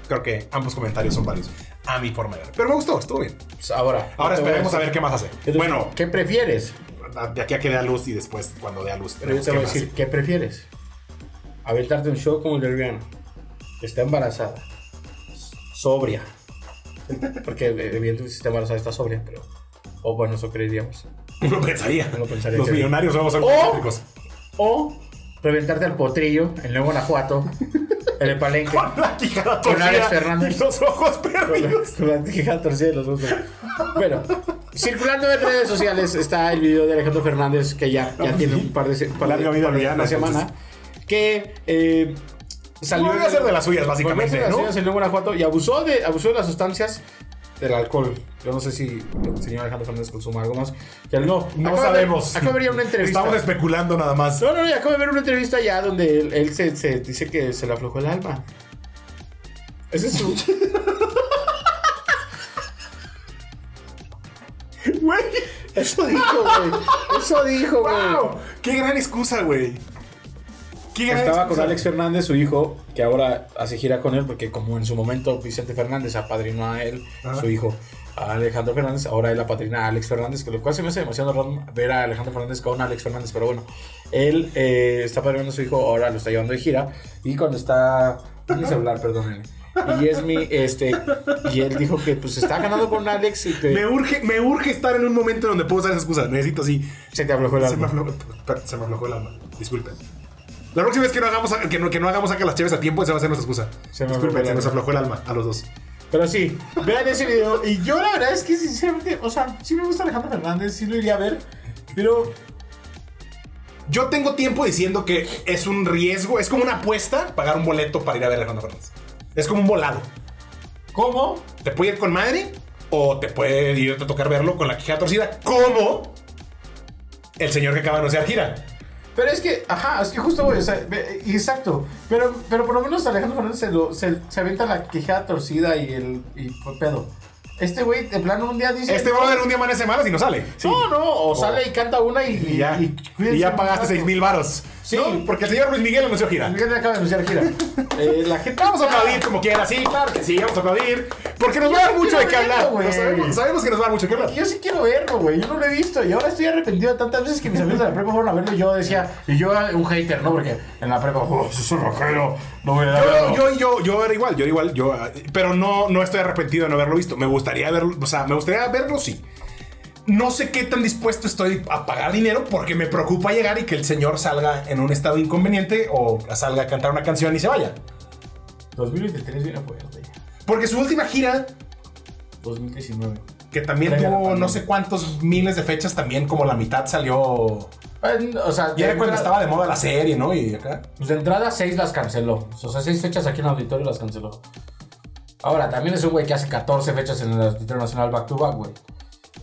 [SPEAKER 1] Creo que ambos comentarios son válidos a mi forma de ver. Pero me gustó, estuvo bien.
[SPEAKER 2] Pues ahora.
[SPEAKER 1] Ahora
[SPEAKER 2] te voy
[SPEAKER 1] esperemos a ver
[SPEAKER 2] decir-
[SPEAKER 1] qué más hace.
[SPEAKER 2] Entonces,
[SPEAKER 1] Bueno,
[SPEAKER 2] ¿qué prefieres?
[SPEAKER 1] de aquí a que dé a luz y después cuando dé a luz.
[SPEAKER 2] Pero yo
[SPEAKER 1] veremos
[SPEAKER 2] te voy a
[SPEAKER 1] qué
[SPEAKER 2] decir, ¿qué prefieres? Aventarte un show como el de Rihanna. Está embarazada. Sobria. Porque evidentemente si está embarazada está sobria, pero... O bueno, eso creeríamos.
[SPEAKER 1] más. No pensaría.
[SPEAKER 2] No pensaría
[SPEAKER 1] Los
[SPEAKER 2] que-
[SPEAKER 1] millonarios vamos a ser
[SPEAKER 2] ¡Oh!
[SPEAKER 1] egocéntricos.
[SPEAKER 2] O reventarte al potrillo en Nuevo Guanajuato, en el Palenque.
[SPEAKER 1] Con Ah, la quijada
[SPEAKER 2] Con Alex
[SPEAKER 1] torcida
[SPEAKER 2] Fernández.
[SPEAKER 1] y los ojos
[SPEAKER 2] Con la-
[SPEAKER 1] perdidos.
[SPEAKER 2] con la quijada torcida y los ojos. Bueno, circulando en redes sociales está el video de Alejandro Fernández que ya, ya tiene un par de, se- par de-
[SPEAKER 1] Ah, Larga vida
[SPEAKER 2] par de-
[SPEAKER 1] Rihanna,
[SPEAKER 2] una semana. Que eh, salió.
[SPEAKER 1] Volvió a ser de las suyas,
[SPEAKER 2] volvió a
[SPEAKER 1] básicamente,
[SPEAKER 2] ser de las
[SPEAKER 1] ¿no?
[SPEAKER 2] suyas en Nuevo Guanajuato y abusó de, abusó de las sustancias del alcohol. Yo no sé si el señor Alejandro Fernández consuma algo más. Ya no,
[SPEAKER 1] No
[SPEAKER 2] Acabo de-
[SPEAKER 1] sabemos.
[SPEAKER 2] acabo de ver una entrevista.
[SPEAKER 1] Estamos especulando nada más.
[SPEAKER 2] No, no, no, y acabo de ver una entrevista ya donde él, él se, se dice que se le aflojó el alma. Ese es su.
[SPEAKER 1] Güey.
[SPEAKER 2] Eso dijo, güey. Eso dijo,
[SPEAKER 1] ¡Wow! ¡Qué gran excusa, güey! ¡Qué gran
[SPEAKER 2] Estaba con
[SPEAKER 1] excusa!
[SPEAKER 2] Alex Fernández, su hijo, que ahora hace gira con él, porque como en su momento Vicente Fernández apadrinó a él,
[SPEAKER 1] Ajá.
[SPEAKER 2] su hijo, a Alejandro Fernández, ahora él apadrina a Alex Fernández, que lo cual se me hace demasiado raro ver a Alejandro Fernández con Alex Fernández, pero bueno, él eh, está apadrinando a su hijo, ahora lo está llevando de gira, y cuando está... Mi celular, perdónenme. Y es mi, este, y él dijo que pues está ganando con Alex y que
[SPEAKER 1] Me urge, me urge estar en un momento donde puedo usar esa excusa. Necesito así.
[SPEAKER 2] se te aflojó el
[SPEAKER 1] Se me
[SPEAKER 2] alma.
[SPEAKER 1] aflojó, se me aflojó el alma. Disculpen. La próxima vez que no hagamos, que no, que no hagamos saca las cheves a tiempo, esa va a ser nuestra excusa.
[SPEAKER 2] Se me aflojó
[SPEAKER 1] Disculpen,
[SPEAKER 2] el
[SPEAKER 1] se nos
[SPEAKER 2] alma.
[SPEAKER 1] aflojó el alma a los dos.
[SPEAKER 2] Pero sí, vean ese video. Y yo la verdad es que sinceramente, o sea, sí me gusta Alejandro Fernández, sí lo iría a ver. Pero
[SPEAKER 1] Yo tengo tiempo diciendo que es un riesgo, es como una apuesta pagar un boleto para ir a ver a Alejandro Fernández. Es como un volado.
[SPEAKER 2] ¿cómo?
[SPEAKER 1] Te puede ir con madre o te puede ir a tocar verlo con la quijada torcida, como el señor que acaba de anunciar gira.
[SPEAKER 2] Pero es que, ajá, es que justo, güey, o sea, ve- exacto. Pero, pero por lo menos Alejandro Fernández se, lo, se, se avienta la quejada torcida y el y fue pedo. Este güey, de plano, un día dice...
[SPEAKER 1] Este brother un día amanece malas y no sale.
[SPEAKER 2] No, no, o sale y canta una y,
[SPEAKER 1] Y ya,
[SPEAKER 2] y-
[SPEAKER 1] y ya pagaste 6 mil varos.
[SPEAKER 2] Sí.
[SPEAKER 1] No, porque el señor Luis Miguel anunció gira.
[SPEAKER 2] ¿Por qué te acaba de anunciar gira? Eh, la gente.
[SPEAKER 1] Vamos a aplaudir como quiera, sí, claro que sí, vamos a aplaudir. Porque nos va a dar mucho de qué hablar.
[SPEAKER 2] Güey.
[SPEAKER 1] Lo Sabemos, sabemos que nos va a dar mucho de qué hablar.
[SPEAKER 2] Yo sí quiero verlo, güey. Yo no lo he visto. Y ahora estoy arrepentido de tantas veces que mis amigos de la prepa fueron a verlo. Y yo decía, y yo era un hater, ¿no? Porque en la prepa, oh, eso es un rockero. No voy a verlo".
[SPEAKER 1] Yo, yo, yo, yo era igual, yo era igual, yo, ah, pero no, no estoy arrepentido de no haberlo visto. Me gustaría verlo, o sea, me gustaría verlo, sí. No sé qué tan dispuesto estoy a pagar dinero porque me preocupa llegar y que el señor salga en un estado inconveniente o salga a cantar una canción y se vaya.
[SPEAKER 2] 2023 viene fuerte.
[SPEAKER 1] Porque su última gira,
[SPEAKER 2] 2019.
[SPEAKER 1] que también
[SPEAKER 2] Previa a la
[SPEAKER 1] tuvo no
[SPEAKER 2] pandemia.
[SPEAKER 1] sé cuántos miles de fechas, también como la mitad salió.
[SPEAKER 2] Eh, O sea,
[SPEAKER 1] Y era
[SPEAKER 2] entrada-
[SPEAKER 1] cuando estaba de moda la serie, ¿no? Y acá.
[SPEAKER 2] Pues de entrada, seis las canceló. O sea, seis fechas aquí en el auditorio las canceló. Ahora, también es un güey que hace 14 fechas en el Auditorio Nacional back to back, güey.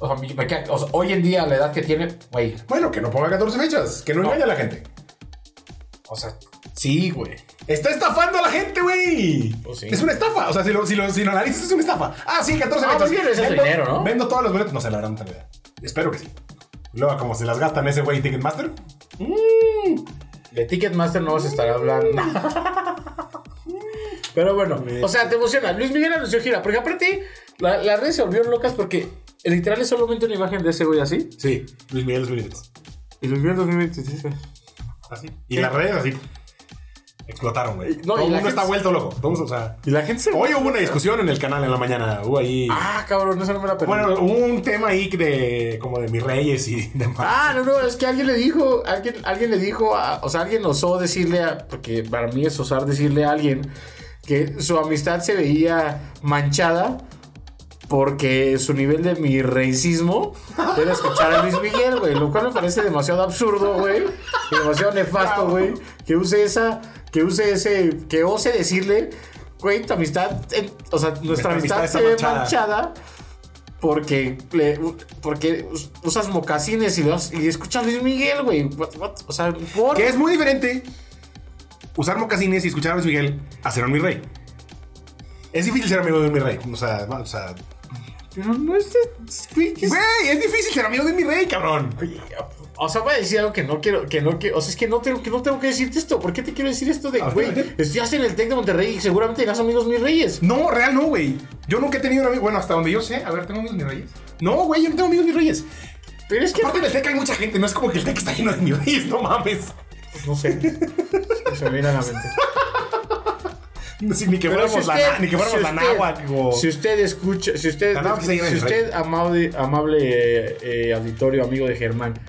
[SPEAKER 2] O sea, me- me queda- o sea, hoy en día, la edad que tiene, güey.
[SPEAKER 1] Bueno, que no ponga 14 fechas, que no,
[SPEAKER 2] No.
[SPEAKER 1] engañe a la gente.
[SPEAKER 2] O sea, sí, güey.
[SPEAKER 1] Está estafando a la gente, güey.
[SPEAKER 2] Pues sí.
[SPEAKER 1] Es una estafa. O sea, si lo, si lo, si lo analizas, es una estafa. Ah, sí, 14
[SPEAKER 2] Ah,
[SPEAKER 1] fechas.
[SPEAKER 2] pues bien, ese es
[SPEAKER 1] Vendo-
[SPEAKER 2] dinero, ¿no?
[SPEAKER 1] Vendo todos los boletos. No sé, la verdad, no tengo idea. Espero que sí. Luego, como se las gastan ese güey Ticketmaster. mm,
[SPEAKER 2] De Ticketmaster no se estará hablando. Pero bueno, o sea, te emociona. Luis Miguel anunció gira, porque aparte, la- las redes se volvieron locas porque literal es solamente una imagen de ese güey así.
[SPEAKER 1] Sí, Luis Miguel, Luis Miguel.
[SPEAKER 2] Y Luis Miguel 2023, güey.
[SPEAKER 1] Así. Ah, Y las redes así. Explotaron, güey.
[SPEAKER 2] Eh, No, y
[SPEAKER 1] Todo el
[SPEAKER 2] la
[SPEAKER 1] mundo
[SPEAKER 2] gente-
[SPEAKER 1] está vuelto loco. Todo el mundo, o sea,
[SPEAKER 2] Y la gente se.
[SPEAKER 1] hoy hubo una discusión en el canal en la mañana. Hubo ahí.
[SPEAKER 2] Ah, cabrón, esa no me la perdí.
[SPEAKER 1] bueno, hubo un tema ahí de como de mis reyes y demás.
[SPEAKER 2] Ah, no, no, es que alguien le dijo, alguien, alguien le dijo, a- o sea, alguien osó decirle a, porque para mí es osar decirle a alguien que su amistad se veía manchada porque su nivel de mi reicismo era escuchar a Luis Miguel, güey, lo cual me parece demasiado absurdo, güey, y demasiado nefasto, güey, que use esa, que use ese, que ose decirle, güey, tu amistad, eh, o sea, nuestra
[SPEAKER 1] Nuestra amistad
[SPEAKER 2] amistad,
[SPEAKER 1] está
[SPEAKER 2] se ve
[SPEAKER 1] manchada.
[SPEAKER 2] manchada porque, le- porque us- usas mocasines y, los- y escuchas Luis Miguel, güey. What- what? O sea, ¿por
[SPEAKER 1] Que es muy diferente usar mocasines y escuchar a Luis Miguel a ser un mi rey. Es difícil ser amigo de un mi rey. O sea, va- o sea.
[SPEAKER 2] Pero no es. es- güey, es-
[SPEAKER 1] Güey, es difícil ser amigo de un mi rey, cabrón.
[SPEAKER 2] Oye, O sea, voy a decir algo que no quiero, que no que, o sea, es que no tengo que no tengo que decirte esto. ¿Por qué te quiero decir esto de,
[SPEAKER 1] A ver.
[SPEAKER 2] güey, estudiaste en el Tec de Monterrey y seguramente eras amigos mis reyes?
[SPEAKER 1] No, real no, güey. Yo nunca he tenido un amigo. Bueno, hasta donde yo sé. A ver, ¿tengo amigos de mis reyes? No, güey, yo no tengo amigos de mis reyes.
[SPEAKER 2] Pero es que
[SPEAKER 1] Aparte en el TEC hay mucha gente. No es como que el TEC está lleno de mis reyes, no mames.
[SPEAKER 2] pues, no sé. Se me viene a la mente.
[SPEAKER 1] No, sí, ni que
[SPEAKER 2] Pero
[SPEAKER 1] fuéramos
[SPEAKER 2] si
[SPEAKER 1] la,
[SPEAKER 2] usted-
[SPEAKER 1] na- ni que fuéramos
[SPEAKER 2] si
[SPEAKER 1] la
[SPEAKER 2] usted-
[SPEAKER 1] náhuatl, o-
[SPEAKER 2] Si usted escucha, si usted,
[SPEAKER 1] La náhuatl se llena
[SPEAKER 2] si
[SPEAKER 1] de
[SPEAKER 2] usted amable, amable eh, eh, auditorio, amigo de Germán,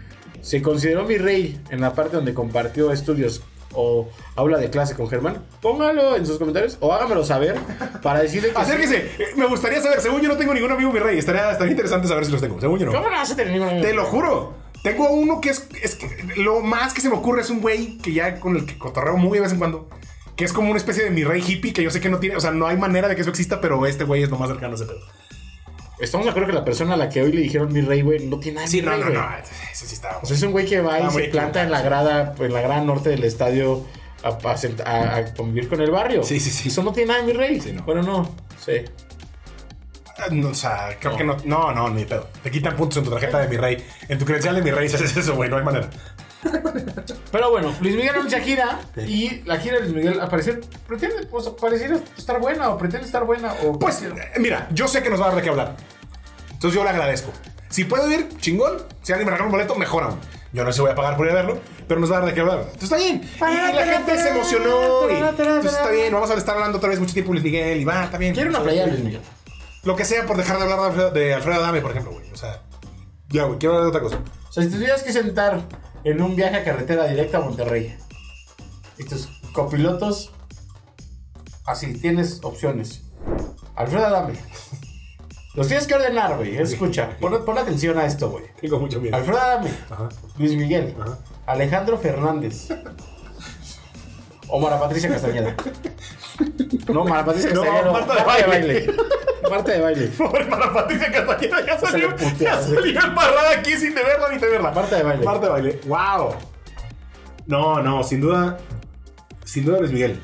[SPEAKER 2] se consideró mi rey en la parte donde compartió estudios o habla de clase con Germán, póngalo en sus comentarios o hágamelo saber para decirle que. sí.
[SPEAKER 1] Acérquese. Eh, Me gustaría saber. Según yo no tengo ningún amigo mi rey. Estaría, estaría interesante saber si los tengo. Según yo no.
[SPEAKER 2] ¿Cómo no vas a tener ningún amigo?
[SPEAKER 1] Te lo juro. Tengo uno que es, es que lo más que se me ocurre es un güey que ya con el que cotorreo muy de vez en cuando, que es como una especie de mi rey hippie que yo sé que no tiene, o sea, no hay manera de que eso exista, pero este güey es lo más cercano a ese pedo.
[SPEAKER 2] Estamos de acuerdo que la persona a la que hoy le dijeron mi rey, güey, no tiene nada de mi
[SPEAKER 1] no,
[SPEAKER 2] rey,
[SPEAKER 1] no,
[SPEAKER 2] güey.
[SPEAKER 1] no, eso sí está.
[SPEAKER 2] O sea, es un güey que va
[SPEAKER 1] Ah,
[SPEAKER 2] y
[SPEAKER 1] güey,
[SPEAKER 2] se planta en la grada, en la grada norte del estadio a, a sent- a- a convivir con el barrio.
[SPEAKER 1] Sí, sí, sí.
[SPEAKER 2] Eso no tiene nada de mi rey.
[SPEAKER 1] Sí, no.
[SPEAKER 2] Bueno, no. Sí.
[SPEAKER 1] Ah, no, o sea, creo que no, no, no, ni pedo. Te quitan puntos en tu tarjeta de mi rey, en tu credencial de mi rey, si haces eso, güey, no hay manera.
[SPEAKER 2] Pero bueno, Luis Miguel anuncia gira y la gira de Luis Miguel al parecer pretende pues, pareciera estar buena o pretende estar buena o
[SPEAKER 1] Pues, eh, mira, yo sé que nos va a dar de qué hablar. Entonces yo le agradezco. Si puedo ir, chingón. Si alguien me regala un boleto, mejor aún. Yo no sé si voy a pagar por ir a verlo, pero nos va a dar de qué hablar. Entonces está bien. Y la gente se emocionó. Y, entonces está bien, vamos a estar hablando otra vez mucho tiempo de Luis Miguel y va, está bien.
[SPEAKER 2] quiero una playa de Luis Miguel.
[SPEAKER 1] Lo que sea por dejar de hablar de Alfredo, de Alfredo Adame, por ejemplo, güey. O sea, ya, güey, quiero hablar de otra cosa.
[SPEAKER 2] O sea, si tuvieras que sentar en un viaje a carretera directa a Monterrey y tus copilotos así tienes opciones. Alfredo Adame. Los tienes que ordenar, güey. Escucha, pon, pon atención a esto, güey.
[SPEAKER 1] Tengo mucho miedo.
[SPEAKER 2] Alfredo Adame,
[SPEAKER 1] Ajá.
[SPEAKER 2] Luis Miguel,
[SPEAKER 1] Ajá.
[SPEAKER 2] Alejandro Fernández. O Mara Patricia Castañeda. No, Mara Patricia
[SPEAKER 1] No,
[SPEAKER 2] Castañeda. No,
[SPEAKER 1] Marta de baile.
[SPEAKER 2] Marta de baile.
[SPEAKER 1] Pobre para Patricia Castañeda, ya
[SPEAKER 2] Se le
[SPEAKER 1] salió,
[SPEAKER 2] putea,
[SPEAKER 1] ya
[SPEAKER 2] güey.
[SPEAKER 1] salió embarrada aquí sin tenerla ni tenerla.
[SPEAKER 2] Marta de baile.
[SPEAKER 1] Marta de baile. ¡Wow! No, no, sin duda. Sin duda Luis Miguel.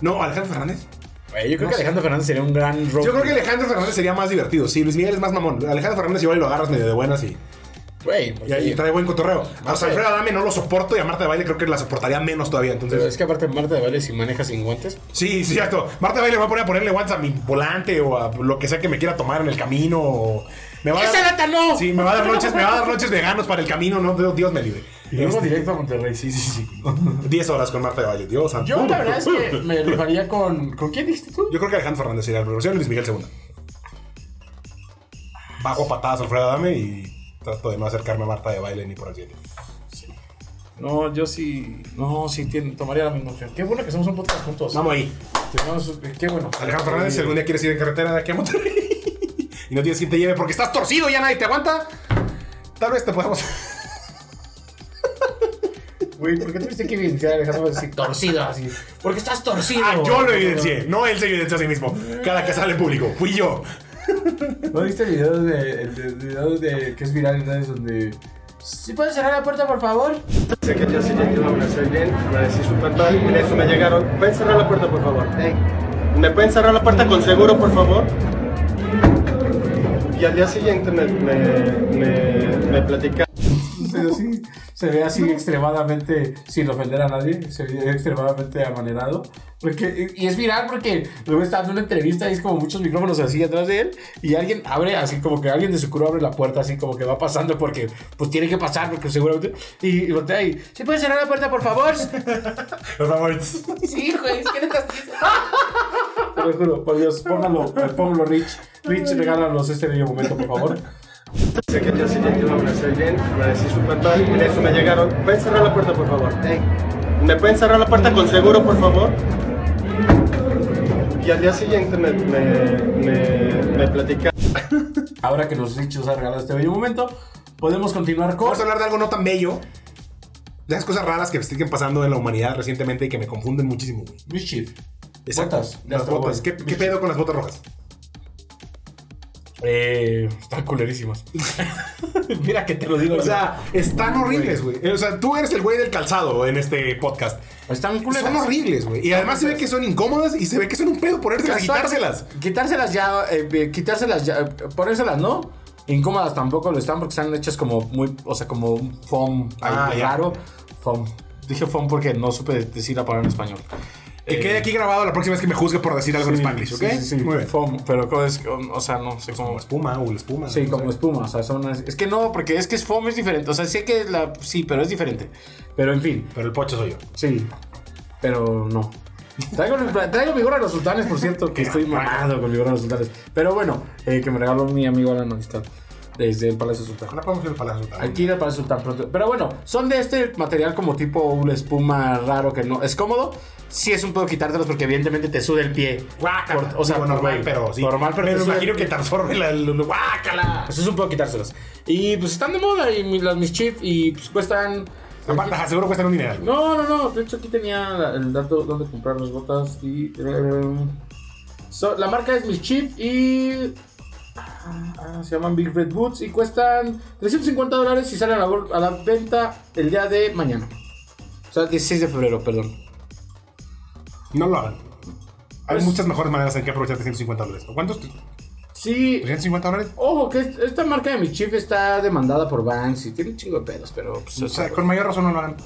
[SPEAKER 1] No, Alejandro Fernández.
[SPEAKER 2] Güey, Yo creo que Alejandro Fernández sería un gran rock.
[SPEAKER 1] Yo creo que Alejandro Fernández sería más divertido. Sí, Luis Miguel es más mamón. Alejandro Fernández igual y lo agarras medio de buenas y.
[SPEAKER 2] Güey,
[SPEAKER 1] Y
[SPEAKER 2] porque-
[SPEAKER 1] ahí trae buen cotorreo. A
[SPEAKER 2] sé.
[SPEAKER 1] Alfredo Adame no lo soporto y a Marta de Baile creo que la soportaría menos todavía. Entonces,
[SPEAKER 2] Pero es que aparte Marta de Baile si maneja sin guantes.
[SPEAKER 1] sí, sí, cierto. Marta de Baile va a poner a ponerle guantes a mi volante o a lo que sea que me quiera tomar en el camino. O me va a
[SPEAKER 2] ¡Esa lata no!
[SPEAKER 1] Sí, me va a dar noches, me va a dar noches veganos para el camino, no, Dios- Dios me libre.
[SPEAKER 2] Y luego directo a Monterrey, sí, sí, sí.
[SPEAKER 1] 10 horas con Marta de Valle, Dios santo.
[SPEAKER 2] Yo la verdad es que me rifaría con. ¿Con quién dijiste tú?
[SPEAKER 1] Yo creo que Alejandro Fernández sería la primera y Luis Miguel segunda. Bajo a patadas Alfredo Adame y trato de no acercarme a Marta de Baile ni por accidente.
[SPEAKER 2] No, yo sí. No, sí, tiene- tomaría la misma opción. Qué bueno que somos un podcast juntos.
[SPEAKER 1] Vamos ahí.
[SPEAKER 2] Tenemos- qué bueno.
[SPEAKER 1] Alejandro Fernández, si algún día quieres ir en carretera de aquí a Monterrey y no tienes quien te lleve porque estás torcido y ya nadie te aguanta, tal vez te podamos...
[SPEAKER 2] Güey, ¿por qué tuviste que evidenciar a Alejandro así torcido así? Porque estás torcido.
[SPEAKER 1] Ah, yo lo evidencié, no él se evidencia a sí mismo. Cada que sale en público, fui yo.
[SPEAKER 2] ¿No viste videos de, el de- videos de que es viral en redes donde. ¿Sí puedes cerrar la puerta, por favor?
[SPEAKER 3] Sé que te has inyectado una serie, agradecí su papá y en eso me llegaron. ¿Pueden cerrar la puerta, por favor? ¿Me pueden cerrar la puerta con seguro, por favor? Y al día siguiente me, me, me, me platicaron.
[SPEAKER 2] Pero sí, se ve así extremadamente, sin ofender a nadie, se ve extremadamente amanerado. Porque, y es viral porque luego está dando una entrevista y es como muchos micrófonos así atrás de él y alguien abre, así como que alguien de su crew abre la puerta, así como que va pasando porque pues tiene que pasar porque seguramente... Y, y voltea y, ¿sí puedes cerrar la puerta por favor?
[SPEAKER 1] Por favor.
[SPEAKER 4] Sí, güey, es que no estás...
[SPEAKER 2] Te lo juro, por Dios, póngalo, póngalo Rich. Rich, regálanos este bello momento por favor.
[SPEAKER 3] Sé que al día siguiente me abracé bien, agradecí su papá y en eso me llegaron. ¿Pueden cerrar la puerta, por favor? ¿Me pueden cerrar la puerta con seguro, por favor? Y al día siguiente me, me, me, me platicaron.
[SPEAKER 2] Ahora que los Rich nos han regalado este bello momento, podemos continuar con...
[SPEAKER 1] Vamos a hablar de algo no tan bello. De esas cosas raras que siguen pasando en la humanidad recientemente y que me confunden muchísimo. güey.
[SPEAKER 2] Mischief.
[SPEAKER 1] Exacto.
[SPEAKER 2] Botas, de
[SPEAKER 1] Las
[SPEAKER 2] Astro Boy.
[SPEAKER 1] botas. ¿Qué, qué pedo con las botas rojas?
[SPEAKER 2] Eh, están culerísimas. Mira que te lo digo.
[SPEAKER 1] O sea, están horribles, güey. Eh, O sea, tú eres el güey del calzado en este podcast.
[SPEAKER 2] están
[SPEAKER 1] Son
[SPEAKER 2] culeras.
[SPEAKER 1] horribles, güey. Y además se ve que son incómodas y se ve que son un pedo ponérselas y quitárselas.
[SPEAKER 2] Quitárselas ya, eh, eh, quitárselas ya, eh, ponérselas, ¿no? Incómodas tampoco lo están porque están hechas como muy, o sea, como un foam
[SPEAKER 1] Ah,
[SPEAKER 2] algo
[SPEAKER 1] ya.
[SPEAKER 2] raro. Foam. Dije foam porque no supe decir la palabra en español.
[SPEAKER 1] Que quede aquí grabado la próxima vez que me juzgue por decir algo en Spanglish, ¿ok?
[SPEAKER 2] Eh, Sí, sí, sí.
[SPEAKER 1] Muy bien.
[SPEAKER 2] Foam, pero como es, um, o sea, no sé cómo
[SPEAKER 1] Como espuma o la espuma.
[SPEAKER 2] Sí,
[SPEAKER 1] no
[SPEAKER 2] como
[SPEAKER 1] sé.
[SPEAKER 2] espuma, o sea, son unas- Es que no, porque es que es foam es diferente. O sea, sé que la... Sí, pero es diferente. Pero en fin,
[SPEAKER 1] Pero el pocho soy yo.
[SPEAKER 2] Sí, pero no. Traigo, traigo vigor a los sultanes, por cierto, que estoy mamado con vigor a los sultanes. Pero bueno, eh, que me regaló mi amigo Alan Amistad desde el Palacio Sultán.
[SPEAKER 1] Ahora podemos ir al palacio. tal.
[SPEAKER 2] Hay que ir al Palacio Sultán pronto. Pero bueno, son de este material como tipo una espuma raro que no es cómodo. Sí es un poco quitártelos porque evidentemente te suda el pie.
[SPEAKER 1] Guácala.
[SPEAKER 2] Por- o sea,
[SPEAKER 1] Digo, normal,
[SPEAKER 2] Ah, normal,
[SPEAKER 1] pero sí.
[SPEAKER 2] normal, pero
[SPEAKER 1] me
[SPEAKER 2] es una-
[SPEAKER 1] imagino que transforme la. la- la- ¡Guácala!
[SPEAKER 2] Eso Pues es un poco quitárselos. Y pues están de moda y mi- las mischief y pues cuestan...
[SPEAKER 1] Aparte, ajá, seguro cuestan un dineral. güey.
[SPEAKER 2] No, no, no. De hecho, aquí tenía la- el dato donde comprar las botas y. eh, so, la marca es Mischief y. ah, ah, se llaman Big Red Boots y cuestan 350 dólares y salen a la, bol- a la venta el día de mañana. O sea, 16 de febrero, perdón.
[SPEAKER 1] No lo hagan. Hay
[SPEAKER 2] Pues-
[SPEAKER 1] muchas mejores maneras en que aprovechar 350 dólares. ¿O ¿Cuántos?
[SPEAKER 2] Sí.
[SPEAKER 1] ¿350 dólares?
[SPEAKER 2] Ojo, que est- esta marca de Mischief está demandada por Vans y tiene un chingo de pedos, pero pues.
[SPEAKER 1] O
[SPEAKER 2] o sea,
[SPEAKER 1] sea, con mayor razón no lo hagan.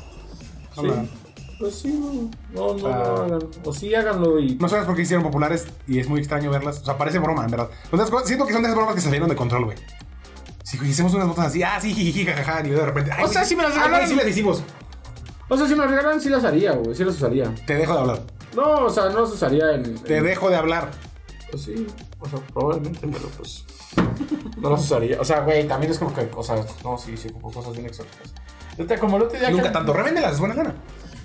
[SPEAKER 1] No lo hagan.
[SPEAKER 2] Pues sí, no, no, no,
[SPEAKER 1] sea-
[SPEAKER 2] no háganlo. O sí, háganlo y.
[SPEAKER 1] No sabes por qué hicieron populares y es muy extraño verlas. O sea, parece broma, en verdad. O sea, siento que son de esas bromas que salieron de control, güey. Si hicimos unas botas así, ah, sí, jiji, jajaja, y de repente. ay,
[SPEAKER 2] O sea,
[SPEAKER 1] güey,
[SPEAKER 2] sí me las
[SPEAKER 1] ah,
[SPEAKER 2] regalaron.
[SPEAKER 1] güey, sí las hicimos.
[SPEAKER 2] O sea, si me regalan, sí las haría, güey. Sí las usaría.
[SPEAKER 1] Te dejo de hablar.
[SPEAKER 2] No, o sea, no se usaría en.
[SPEAKER 1] Te
[SPEAKER 2] en-
[SPEAKER 1] dejo de hablar.
[SPEAKER 2] pues sí, o sea, probablemente, pero pues. No las usaría. O sea, güey, también es como que. O sea, no, sí, sí, ocupo cosas bien exóticas. Neta, Como el otro día.
[SPEAKER 1] Nunca
[SPEAKER 2] que-
[SPEAKER 1] tanto. Revéndelas, es buena gana.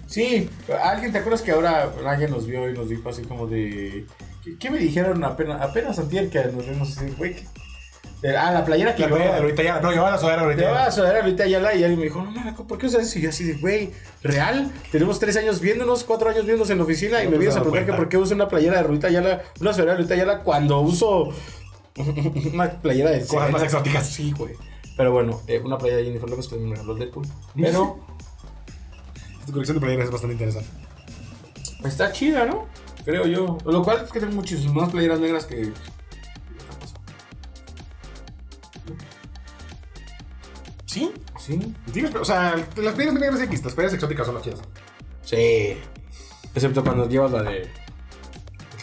[SPEAKER 2] Sí, alguien, ¿te acuerdas que ahora alguien nos vio y nos dijo así como de. ¿Qué, qué me dijeron apenas, apenas antier que nos vimos así, güey? que- eh, ah, la playera que
[SPEAKER 1] La
[SPEAKER 2] llevaba-
[SPEAKER 1] playa de ahorita ya. No, llevaba la sudadera ahorita.
[SPEAKER 2] Llevaba
[SPEAKER 1] ya.
[SPEAKER 2] a sudadera ahorita Ayala y alguien me dijo, no mames, ¿por qué usas eso? Y yo así de, güey, ¿real? Tenemos tres años viéndonos, cuatro años viéndonos en la oficina y
[SPEAKER 1] No
[SPEAKER 2] me
[SPEAKER 1] te
[SPEAKER 2] vienes
[SPEAKER 1] has
[SPEAKER 2] a
[SPEAKER 1] dado
[SPEAKER 2] preguntar que
[SPEAKER 1] cuenta.
[SPEAKER 2] por qué uso una playera de Rubita Ayala, una sudadera de Rubita Ayala cuando uso una playera de...
[SPEAKER 1] Cosas más exóticas.
[SPEAKER 2] Sí, güey. Pero bueno, eh, una playera de Jennifer López que me regaló el Deadpool. Pero
[SPEAKER 1] Tu colección de playeras es bastante interesante.
[SPEAKER 2] pues, está chida, ¿no? Creo yo. Lo cual es que tengo muchísimas más playeras negras que...
[SPEAKER 1] Sí,
[SPEAKER 2] Sí.
[SPEAKER 1] Tienes- o sea, las piedras negras X, las piedras exóticas son las chidas.
[SPEAKER 5] Sí. Excepto cuando llevas la de. El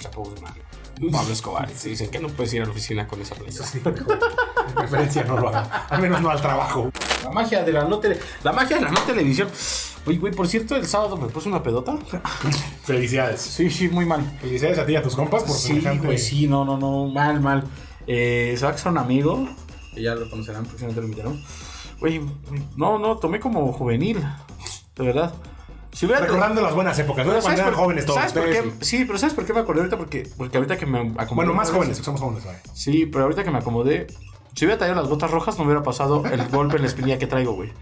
[SPEAKER 5] Chapo Guzmán. Pablo Escobar. Y te dicen que no puedes ir a la oficina con esa playera.
[SPEAKER 1] Sí, de preferencia no lo haga. Al menos no al trabajo.
[SPEAKER 5] La magia de la no tele- La magia de la no televisión. Oye, güey, por cierto, el sábado me puse una pedota.
[SPEAKER 1] Felicidades.
[SPEAKER 5] Ah, Sí, sí, muy mal.
[SPEAKER 1] Felicidades a ti y a tus compas por
[SPEAKER 5] Sí,
[SPEAKER 1] semejante-
[SPEAKER 5] güey, sí, no, no, no, mal, mal. Eh, Sax, un amigo, que ya lo conocerán porque si no te lo invitaron. Güey, no, no, tomé como juvenil, de verdad. Si hubiera
[SPEAKER 1] Recordando las buenas épocas, ¿no?
[SPEAKER 5] Pero
[SPEAKER 1] Cuando
[SPEAKER 5] ¿sabes
[SPEAKER 1] eran
[SPEAKER 5] por-
[SPEAKER 1] jóvenes todos.
[SPEAKER 5] ¿sabes por
[SPEAKER 1] ustedes.
[SPEAKER 5] qué? Sí, pero ¿sabes por qué me acordé ahorita? Porque, porque ahorita que me acomodé.
[SPEAKER 1] Bueno, más jóvenes, somos jóvenes, ¿vale?
[SPEAKER 5] Sí, pero ahorita que me acomodé. Si hubiera traído las botas rojas, no hubiera pasado el golpe en la espinilla que traigo, güey.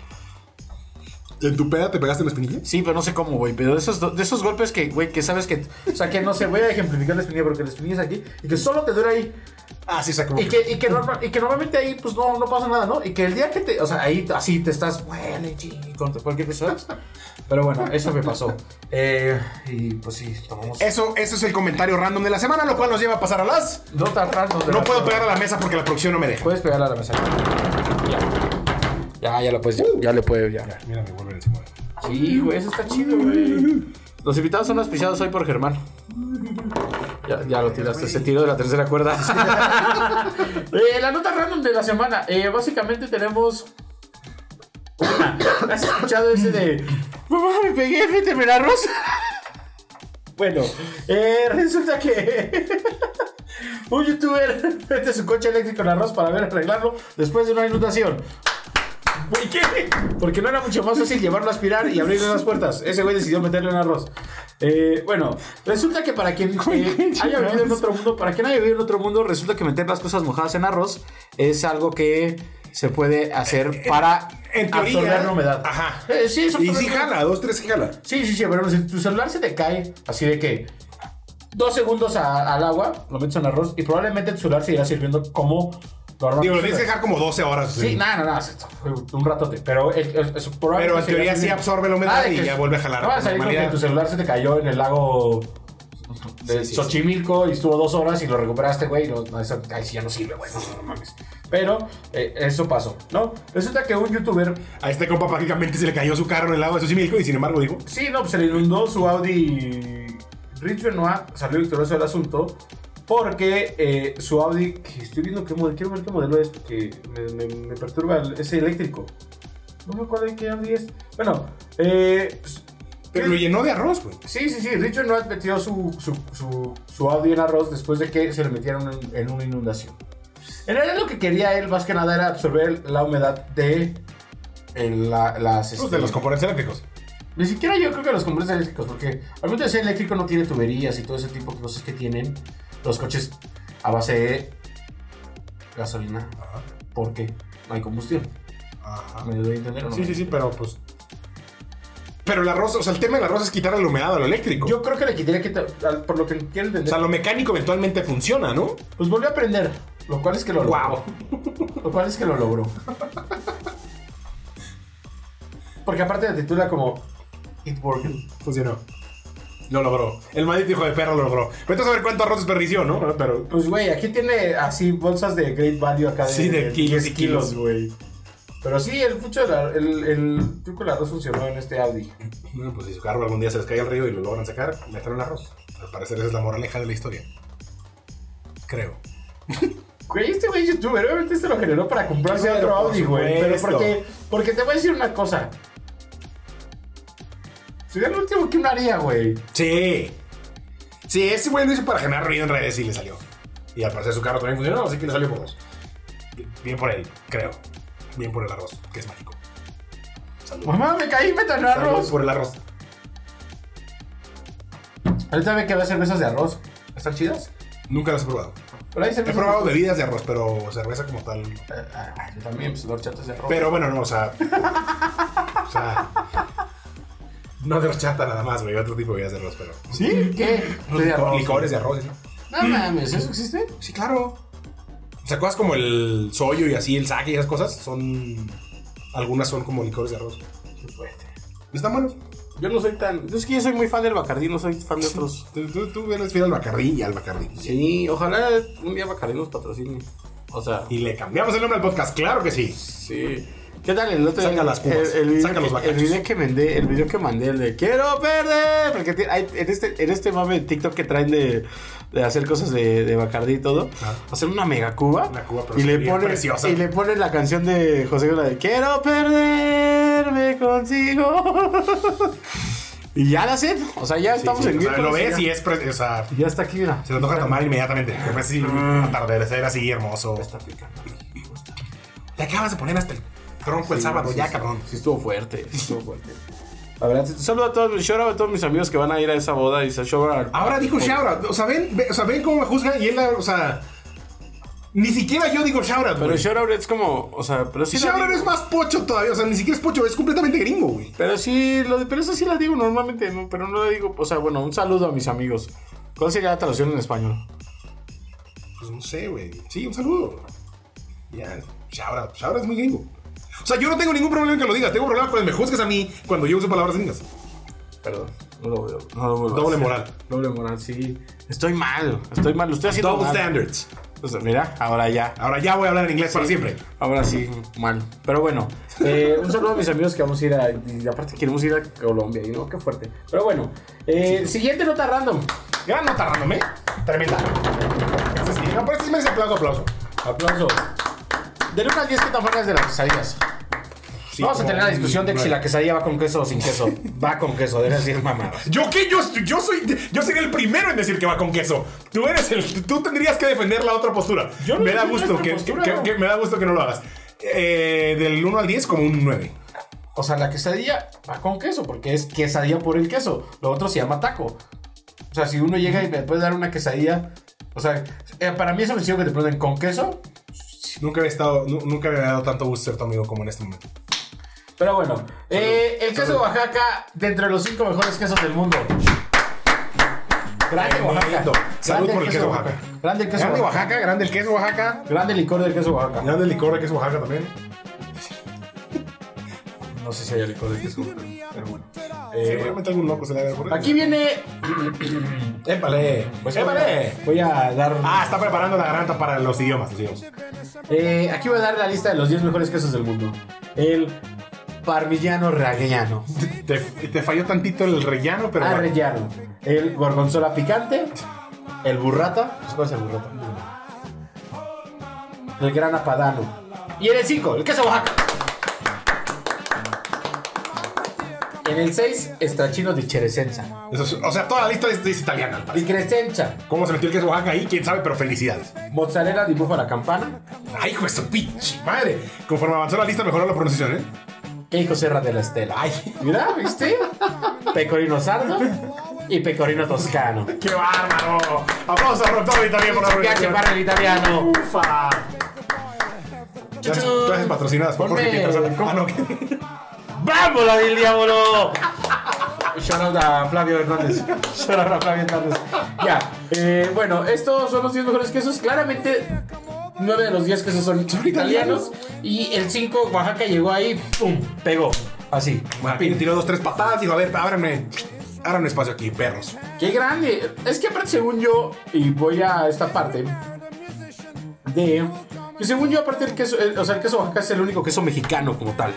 [SPEAKER 1] ¿En tu peda te pegaste en la espinilla?
[SPEAKER 5] Sí, pero no sé cómo, güey. Pero de esos, do- de esos golpes que, güey, que sabes que.
[SPEAKER 2] O sea, que no sé, voy a ejemplificar la espinilla porque la espinilla es aquí y que solo te dura ahí.
[SPEAKER 1] Ah, sí, sacó.
[SPEAKER 2] Y que, y que, norma- y que normalmente ahí pues no, no pasa nada, ¿no? Y que el día que te, o sea, ahí así te estás, huele, ching, con cualquier cosa. Pero bueno, eso me pasó. Eh, y pues sí, tomamos.
[SPEAKER 1] Eso, eso es el comentario random de la semana, lo cual nos lleva a pasar a las.
[SPEAKER 2] No tan raro.
[SPEAKER 1] No puedo pegar a la mesa porque la producción no me deja.
[SPEAKER 2] Puedes pegarla a la mesa. Ya. Ya, ya lo puedes, ya, le puedes, ya.
[SPEAKER 1] Mira, me vuelven encima.
[SPEAKER 2] Sí, güey, eso está chido, güey.
[SPEAKER 5] Los invitados son auspiciados hoy por Germán. Ya, ya lo tiraste, se tiró de la tercera cuerda.
[SPEAKER 2] Eh, la nota random de la semana. Eh, básicamente tenemos. ¿Has escuchado ese de. Mamá, me pegué, méteme el arroz? Bueno, eh, resulta que. un youtuber mete su coche eléctrico en arroz para ver arreglarlo después de una inundación. ¿Por qué? Porque no era mucho más fácil llevarlo a aspirar y abrirle las puertas. Ese güey decidió meterle en arroz. Eh, bueno, resulta que para quien eh, haya vivido en otro mundo, para quien haya vivido en otro mundo,
[SPEAKER 5] Resulta que meter las cosas mojadas en arroz es algo que se puede hacer para.
[SPEAKER 1] Eh, En teoría.
[SPEAKER 2] absorber la humedad.
[SPEAKER 1] Ajá.
[SPEAKER 2] Eh, sí, eso
[SPEAKER 1] Y sí jala, dos, tres sí jala.
[SPEAKER 2] Sí, sí, sí, pero si tu celular se te cae, así de que dos segundos a- al agua, lo metes en arroz y probablemente tu celular seguirá sirviendo como normal.
[SPEAKER 1] Digo, lo tienes que dejar como 12 horas.
[SPEAKER 2] Sí, nada, nada, un ratote, pero es, es- es probable
[SPEAKER 1] Pero
[SPEAKER 2] que seguirá
[SPEAKER 1] en teoría sí
[SPEAKER 2] sirviendo.
[SPEAKER 1] absorbe la humedad
[SPEAKER 2] Ah, de
[SPEAKER 1] y
[SPEAKER 2] que
[SPEAKER 1] ya vuelve a jalar
[SPEAKER 2] No vas a salir
[SPEAKER 1] con
[SPEAKER 2] con que
[SPEAKER 1] normalidad.
[SPEAKER 2] tu celular se te cayó en el lago de
[SPEAKER 5] Sí, sí,
[SPEAKER 2] Xochimilco y estuvo dos horas y lo recuperaste, güey. y lo- no, eso- ay, sí, ya no sirve, güey. no, no mames. Pero eh, eso pasó, ¿no? Resulta que un youtuber
[SPEAKER 1] A este compa prácticamente se le cayó su carro en el lago de Xochimilco y sin embargo dijo.
[SPEAKER 2] Sí, no, pues se le inundó su Audi. Rich Benoit salió victorioso del asunto porque eh, su Audi, que estoy viendo qué modelo, quiero ver qué modelo es porque me, me- me perturba el- ese eléctrico. No me acuerdo de qué Audi es. Bueno, eh, s-
[SPEAKER 1] Pero lo llenó de arroz, güey.
[SPEAKER 2] sí, sí, sí, Rich Benoit metió su, su, su- su Audi en arroz después de que se le metieron en, en una inundación. En realidad lo que quería él más que nada era absorber la humedad de el- la- las...
[SPEAKER 1] Pues de
[SPEAKER 2] este,
[SPEAKER 1] los componentes eléctricos.
[SPEAKER 2] ni siquiera yo creo que los componentes eléctricos, porque al momento de ser eléctrico no tiene tuberías y todo ese tipo de cosas que tienen los coches a base de gasolina,
[SPEAKER 1] Ajá.
[SPEAKER 2] porque no hay combustible.
[SPEAKER 1] Ajá.
[SPEAKER 2] ¿Me doy a entender o no?
[SPEAKER 1] Sí, sí, sí, pero pues. Pero el arroz, o sea, el tema del arroz es quitarle la humedad a lo eléctrico.
[SPEAKER 2] Yo creo que le quitaría que, te- al- por lo que quiero
[SPEAKER 1] O
[SPEAKER 2] entender,
[SPEAKER 1] sea, lo mecánico eventualmente funciona, ¿no?
[SPEAKER 2] pues volvió a aprender, lo cual es que lo
[SPEAKER 1] Guau.
[SPEAKER 2] logró. Lo cual es que lo logró. Porque aparte la titula como It Working.
[SPEAKER 1] Funcionó. Lo logró. El maldito hijo de perro lo logró. Vete a saber cuánto arroz desperdició, ¿no? Pero.
[SPEAKER 2] Pues, güey, aquí tiene así bolsas de great value acá de,
[SPEAKER 1] Sí, de kilos
[SPEAKER 2] 10
[SPEAKER 1] y kilos.
[SPEAKER 2] güey. Pero sí, el, fucho de la- el, el truco de la arroz funcionó en este Audi.
[SPEAKER 1] Bueno, pues si su carro algún día se les cae al río y lo logran sacar, metan el arroz. Al parecer esa es la moraleja de la historia. Creo.
[SPEAKER 2] Güey, este güey es youtuber, obviamente este lo generó para comprarse
[SPEAKER 1] Claro,
[SPEAKER 2] otro
[SPEAKER 1] por
[SPEAKER 2] Audi, güey. Pero
[SPEAKER 1] supuesto.
[SPEAKER 2] porque, porque te voy a decir una cosa. Sería el último que uno haría, güey.
[SPEAKER 1] Sí. Sí, ese güey lo hizo para generar ruido en redes y le salió. Y al parecer su carro también funcionó, así que le salió por dos. Bien por él, creo. Bien por el arroz, que es mágico. Salud.
[SPEAKER 2] Mamá, me caí, me tan
[SPEAKER 1] Salud
[SPEAKER 2] arroz.
[SPEAKER 1] por el arroz. pues.
[SPEAKER 2] Ahorita ve que va a cervezas de arroz. ¿Están chidas?
[SPEAKER 1] Nunca las he probado.
[SPEAKER 2] Pero hay
[SPEAKER 1] He
[SPEAKER 2] cervezas
[SPEAKER 1] probado bebidas de arroz, pero cerveza como tal. no.
[SPEAKER 2] Ah, ah, yo también, pues los chatos de arroz.
[SPEAKER 1] Pero bueno, no, o sea. o sea. No de horchata nada más, güey. Otro tipo de bebidas de arroz, pero.
[SPEAKER 2] ¿Sí? ¿Qué? De
[SPEAKER 1] Licor-
[SPEAKER 2] arroz.
[SPEAKER 1] licores de arroz, ¿no?
[SPEAKER 4] No mames, ¿eso existe?
[SPEAKER 1] Sí, claro. O sea, cosas como el sollo y así, el sake y esas cosas, son. Algunas son como licores de arroz. Están buenos.
[SPEAKER 5] Yo no soy tan. Es que yo soy muy fan del Bacardí, no soy fan de otros.
[SPEAKER 1] Tú, tú, tú eres fiel al Bacardí y al Bacardí.
[SPEAKER 5] Sí, ojalá un día Bacardí nos patrocine. O sea,
[SPEAKER 1] Y le cambiamos el nombre al podcast, claro que sí.
[SPEAKER 5] sí. ¿Qué tal el otro?
[SPEAKER 1] Saca las cubas,
[SPEAKER 5] el, el video
[SPEAKER 1] saca los
[SPEAKER 5] que, el
[SPEAKER 1] bacachos.
[SPEAKER 5] video que mandé, el video que mandé, el de quiero verde, porque ti- hay- en este, en este mame de TikTok que traen de, de hacer cosas de, de Bacardí y todo,
[SPEAKER 1] Ah.
[SPEAKER 5] hacer una mega cuba,
[SPEAKER 1] Una cuba, pero
[SPEAKER 5] y le
[SPEAKER 1] bien
[SPEAKER 5] ponen
[SPEAKER 1] preciosa.
[SPEAKER 5] y le ponen la canción de José Gula de quiero perderme consigo. y ya la sé, o sea, ya estamos
[SPEAKER 1] Sí,
[SPEAKER 5] en
[SPEAKER 1] o sea, lo
[SPEAKER 5] miércoles
[SPEAKER 1] ves
[SPEAKER 5] ya,
[SPEAKER 1] y es. pre- O sea,
[SPEAKER 5] ya está aquí, mira.
[SPEAKER 1] se te antoja tomar inmediatamente. Me parece así, un atardecer así hermoso.
[SPEAKER 5] Está picando.
[SPEAKER 1] Te acabas de poner hasta el tronco el sábado, ya, cabrón.
[SPEAKER 5] Sí estuvo fuerte, sí estuvo fuerte. La verdad, sí, saludo a todos, shout out a todos mis amigos que van a ir a esa boda y se shout out.
[SPEAKER 1] Ahora dijo Shoutout. O sea, ven, ve- o sea, ven cómo me juzgan y él, la- o sea. Ni siquiera yo digo Shoutout.
[SPEAKER 5] Pero
[SPEAKER 1] güey.
[SPEAKER 5] shout out es como, o sea, pero sí.
[SPEAKER 1] Y
[SPEAKER 5] la
[SPEAKER 1] Shoutout
[SPEAKER 5] digo.
[SPEAKER 1] es más pocho todavía. O sea, ni siquiera es pocho, es completamente gringo, güey.
[SPEAKER 5] Pero sí, lo de- pero eso sí la digo normalmente, no, pero no la digo, o sea, bueno, un saludo a mis amigos. ¿Cuál sería la traducción en español?
[SPEAKER 1] Pues no sé, güey. Sí, un saludo. Ya, Shoutout. Shoutout es muy gringo. O sea, yo no tengo ningún problema en que lo digas. Tengo problema cuando me juzgas a mí cuando yo uso palabras gringas.
[SPEAKER 5] Perdón, no lo veo. No lo vuelvo a
[SPEAKER 1] Doble
[SPEAKER 5] hacer.
[SPEAKER 1] moral.
[SPEAKER 5] Doble moral, sí. Estoy mal, estoy mal, lo estoy haciendo
[SPEAKER 1] Double
[SPEAKER 5] mal.
[SPEAKER 1] standards.
[SPEAKER 5] O sea, mira, ahora ya.
[SPEAKER 1] Ahora ya voy a hablar en inglés para siempre.
[SPEAKER 5] Ahora sí, mal. Pero bueno, eh, un saludo a mis amigos que vamos a ir a. Y aparte, queremos ir a Colombia, y ¿no? Qué fuerte. Pero bueno, eh, siguiente nota random.
[SPEAKER 1] Gran nota random, ¿eh? Tremenda. Este sí, no, pero este sí merece aplauso, aplauso.
[SPEAKER 5] Aplauso. De 1 al 10, ¿qué tan fan eres de las quesadillas?
[SPEAKER 1] Sí,
[SPEAKER 5] Vamos a
[SPEAKER 1] como
[SPEAKER 5] tener la
[SPEAKER 1] un
[SPEAKER 5] discusión de que si la
[SPEAKER 1] nueve.
[SPEAKER 5] quesadilla va con queso o sin queso. va con queso, debe decir mamadas.
[SPEAKER 1] ¿Yo qué? Yo, yo soy. Yo sería el primero en decir que va con queso. Tú eres el. Tú tendrías que defender la otra postura.
[SPEAKER 5] Yo no
[SPEAKER 1] me da
[SPEAKER 5] defiendo
[SPEAKER 1] gusto
[SPEAKER 5] esta
[SPEAKER 1] que,
[SPEAKER 5] postura.
[SPEAKER 1] que- que- me da gusto que no lo hagas. Eh, del 1 al 10, como un 9.
[SPEAKER 2] O sea, la quesadilla va con queso, porque es quesadilla por el queso. Lo otro se llama taco. O sea, si uno llega y me puede dar una quesadilla. O sea, eh, para mí es ofensivo que te pregunten con queso.
[SPEAKER 1] Nunca había estado. nu- Nunca me había dado tanto gusto ser tu amigo como en este momento.
[SPEAKER 2] Pero bueno, eh, el queso de Oaxaca, de entre los cinco mejores quesos del mundo. Grande Oaxaca.
[SPEAKER 1] Tremendo. Salud
[SPEAKER 2] Grande
[SPEAKER 1] por el queso de Oaxaca.
[SPEAKER 2] Grande el queso
[SPEAKER 1] Grande
[SPEAKER 2] de Oaxaca.
[SPEAKER 1] Oaxaca, grande el queso Oaxaca.
[SPEAKER 2] Grande licor del queso de Oaxaca.
[SPEAKER 1] Grande el licor de queso Oaxaca también.
[SPEAKER 2] No sé si hay licor del queso. pero bueno. Eh,
[SPEAKER 1] Seguramente algún loco se le había ocurrido.
[SPEAKER 2] aquí viene.
[SPEAKER 1] ¡Épale!
[SPEAKER 2] Pues,
[SPEAKER 1] ¡Épale!
[SPEAKER 2] Voy a dar.
[SPEAKER 1] Ah, está preparando la garganta para los idiomas, los idiomas.
[SPEAKER 2] Eh, aquí voy a dar la lista de los 10 mejores quesos del mundo. El parmigiano ragueñano.
[SPEAKER 1] Te, te falló tantito el rellano, pero. bueno.
[SPEAKER 2] Arrellano. El gorgonzola picante. El burrata. Pues, ¿Cuál es el burrata? El gran apadano. Y en el 5, el queso Oaxaca. En el 6, estrachino di Cerecenza.
[SPEAKER 1] Eso es- o sea, toda la lista es, es italiana, al
[SPEAKER 2] Di
[SPEAKER 1] parecer.
[SPEAKER 2] Crescenza.
[SPEAKER 1] ¿Cómo se metió el queso Oaxaca ahí? Quién sabe, pero felicidades.
[SPEAKER 2] Mozzarella dibujo a la campana.
[SPEAKER 1] Ay, hijo de su pinche madre. Conforme avanzó la lista, mejoró la pronunciación, ¿eh?
[SPEAKER 2] Keiko E Serra de la Estela. Ay, mira, ¿viste? Pecorino sardo y pecorino toscano.
[SPEAKER 1] ¡Qué bárbaro! Aplausos a Rocktober también por la
[SPEAKER 2] Piace
[SPEAKER 1] pronunciación.
[SPEAKER 2] para el italiano.
[SPEAKER 1] Ufa. Clases, clases patrocinadas por Jorge
[SPEAKER 2] Ponme-
[SPEAKER 1] Pietrasanta. Ah, no, que-
[SPEAKER 2] ¡Vámonos del diablo! Shout out a Flavio Hernández. Shout out a Flavio Hernández. Ya, eh, bueno, estos son los 10 mejores quesos. Claramente, 9 de los 10 quesos son italianos. Y el 5, Oaxaca llegó ahí, ¡pum! Pegó. Así.
[SPEAKER 1] Bueno, aquí le tiró dos, tres patadas. Dijo, a ver, ábranme. Ábranme espacio aquí, perros.
[SPEAKER 2] Qué grande. Es que aparte, según yo, y voy a esta parte de. Que según yo, aparte el queso, el- o sea, el queso Oaxaca es el único queso mexicano como tal.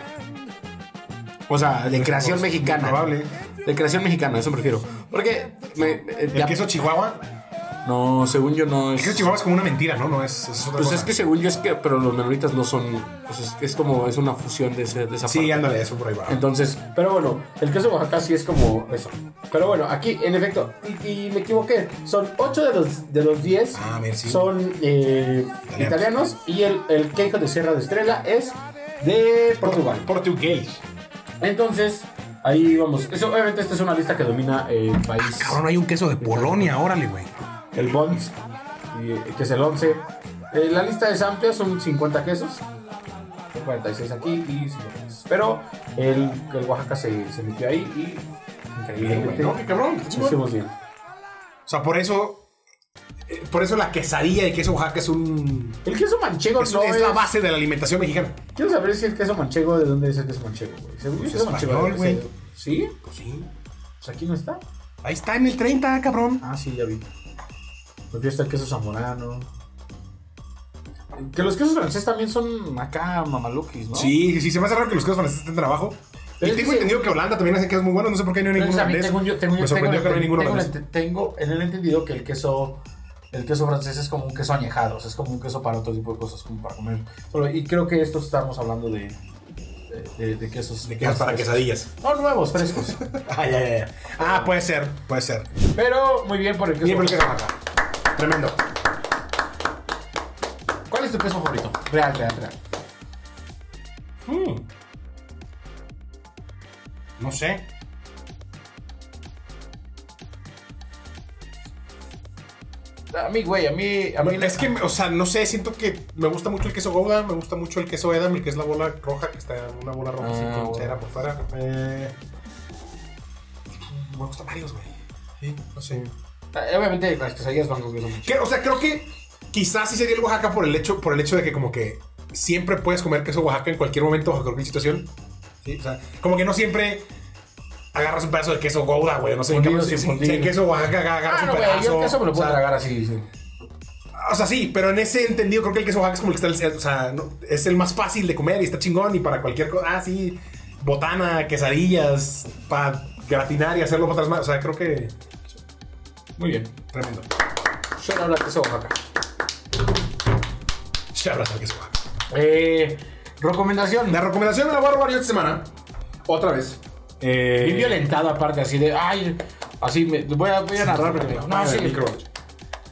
[SPEAKER 5] O sea, de creación
[SPEAKER 1] Pues,
[SPEAKER 2] Pues,
[SPEAKER 5] mexicana.
[SPEAKER 1] Probable.
[SPEAKER 5] De creación mexicana, a eso me refiero. Porque me, eh,
[SPEAKER 1] El
[SPEAKER 5] ya-
[SPEAKER 1] queso Chihuahua.
[SPEAKER 5] No, según yo no
[SPEAKER 1] El
[SPEAKER 5] es.
[SPEAKER 1] queso Chihuahua es como una mentira, ¿no? No es. es otra
[SPEAKER 5] Pues
[SPEAKER 1] cosa.
[SPEAKER 5] es que según yo es que, pero los menonitas no son. Pues es, es como, es una fusión de, ese, de esa
[SPEAKER 1] Sí,
[SPEAKER 5] parte.
[SPEAKER 1] ándale, eso por ahí va.
[SPEAKER 5] Entonces,
[SPEAKER 2] Pero bueno, el queso Oaxaca sí es como eso. Pero bueno, aquí, en efecto, y, y me equivoqué, son 8 de los, de los 10
[SPEAKER 1] Ah, mira, sí.
[SPEAKER 2] son eh, italianos.
[SPEAKER 1] Italianos.
[SPEAKER 2] y el, el queijo de Sierra de Estrella es de Portugal.
[SPEAKER 1] Portugués.
[SPEAKER 2] Entonces, ahí vamos. Eso, obviamente, esta es una lista que domina el país.
[SPEAKER 1] Ah, Cabrón, hay un queso de Polonia, órale, güey.
[SPEAKER 2] el Bonds, y- que es el 11. Eh, la lista es amplia, son 50 quesos. Son 46 aquí y 50 quesos. Pero el, el Oaxaca se, se metió ahí y increíblemente
[SPEAKER 1] No, qué cabrón. qué
[SPEAKER 2] lo
[SPEAKER 1] chingón.
[SPEAKER 2] hicimos bien.
[SPEAKER 1] O sea, por eso. eh, Por eso la quesadilla de queso Oaxaca es un.
[SPEAKER 2] El queso manchego
[SPEAKER 1] Es,
[SPEAKER 2] Pues no
[SPEAKER 1] es la base de la alimentación mexicana.
[SPEAKER 2] Quiero saber si el queso manchego, ¿de dónde es el queso manchego, güey? Según yo,
[SPEAKER 1] Pues
[SPEAKER 2] el queso manchego
[SPEAKER 1] español,
[SPEAKER 2] debe
[SPEAKER 1] güey.
[SPEAKER 2] ser- ¿Sí?
[SPEAKER 1] Pues sí.
[SPEAKER 2] Pues aquí no está.
[SPEAKER 1] Ahí está en el 30, cabrón.
[SPEAKER 2] Ah, sí, ya vi. Porque está el queso zamorano.
[SPEAKER 5] Que los quesos franceses también son acá mamaluquis, ¿no?
[SPEAKER 1] Sí, sí, se me hace raro que los quesos franceses estén trabajo.
[SPEAKER 2] Pero
[SPEAKER 1] y
[SPEAKER 2] es que
[SPEAKER 1] tengo
[SPEAKER 2] se-
[SPEAKER 1] entendido que Holanda también hace quesos muy buenos. No sé por qué no hay ninguno
[SPEAKER 2] Entonces, a mí
[SPEAKER 1] holandés.
[SPEAKER 2] tengo, yo, tengo,
[SPEAKER 1] me sorprendió que no hay
[SPEAKER 2] tengo,
[SPEAKER 1] ninguno
[SPEAKER 2] tengo,
[SPEAKER 1] holandés.
[SPEAKER 2] tengo en el entendido que el queso el queso francés es como un queso añejado, o sea, es como un queso para otro tipo de cosas, como para comer. Solo- y creo que estos estamos hablando de, de, de- de quesos.
[SPEAKER 1] De quesos para quesadillas.
[SPEAKER 2] No, nuevos, frescos. pues,
[SPEAKER 1] Ah, ya, ya, ya. Ah, puede ser, puede ser.
[SPEAKER 2] Pero muy bien por el queso.
[SPEAKER 1] Bien, pero el queso Oaxaca. Tremendo.
[SPEAKER 2] ¿Cuál es tu queso favorito? Real, real, real.
[SPEAKER 1] Mm. No sé.
[SPEAKER 2] A mí, güey, a mí. A mí
[SPEAKER 1] Es que, o sea, no sé, siento que me gusta mucho el queso Gouda, me gusta mucho el queso Edam, el que es la bola roja, que está una bola roja así
[SPEAKER 5] Ah,
[SPEAKER 1] con
[SPEAKER 5] bueno.
[SPEAKER 1] cera por fuera. Eh, me gustan varios, güey. Sí, no sé.
[SPEAKER 2] eh, Obviamente las quesadillas van con queso.
[SPEAKER 1] Que- o sea, creo que quizás sí sería el Oaxaca por el hecho, por el hecho de que como que siempre puedes comer queso Oaxaca en cualquier momento, bajo cualquier situación. Sí, o sea, como que no siempre agarras un pedazo de queso Gouda, güey. No sé,
[SPEAKER 2] Fundido,
[SPEAKER 1] capaz-
[SPEAKER 2] sin
[SPEAKER 1] si-
[SPEAKER 2] fundir.
[SPEAKER 1] si el queso Oaxaca aga- agarras
[SPEAKER 2] Ah,
[SPEAKER 1] un
[SPEAKER 2] no, güey,
[SPEAKER 1] pedazo.
[SPEAKER 2] yo el queso me lo
[SPEAKER 1] o
[SPEAKER 2] puedo
[SPEAKER 1] sea,
[SPEAKER 2] tragar así. sí.
[SPEAKER 1] o sea, sí, pero en ese entendido creo que el queso Oaxaca es como el que está, el- o sea, no- es el más fácil de comer y está chingón y para cualquier cosa, ah, sí, botana, quesadillas, para gratinar y hacerlo para otras más, o sea, creo que
[SPEAKER 2] Muy bien.
[SPEAKER 1] tremendo.
[SPEAKER 2] Yo no hablo de queso Oaxaca.
[SPEAKER 1] Se abraza el queso Oaxaca.
[SPEAKER 2] Eh, recomendación.
[SPEAKER 1] La recomendación me la voy a robar yo esta semana, otra vez. Eh,
[SPEAKER 2] Bien violentado aparte, así de, ay, así me voy a, voy a narrar primero. No,
[SPEAKER 1] apaga
[SPEAKER 2] sí,
[SPEAKER 1] el micro.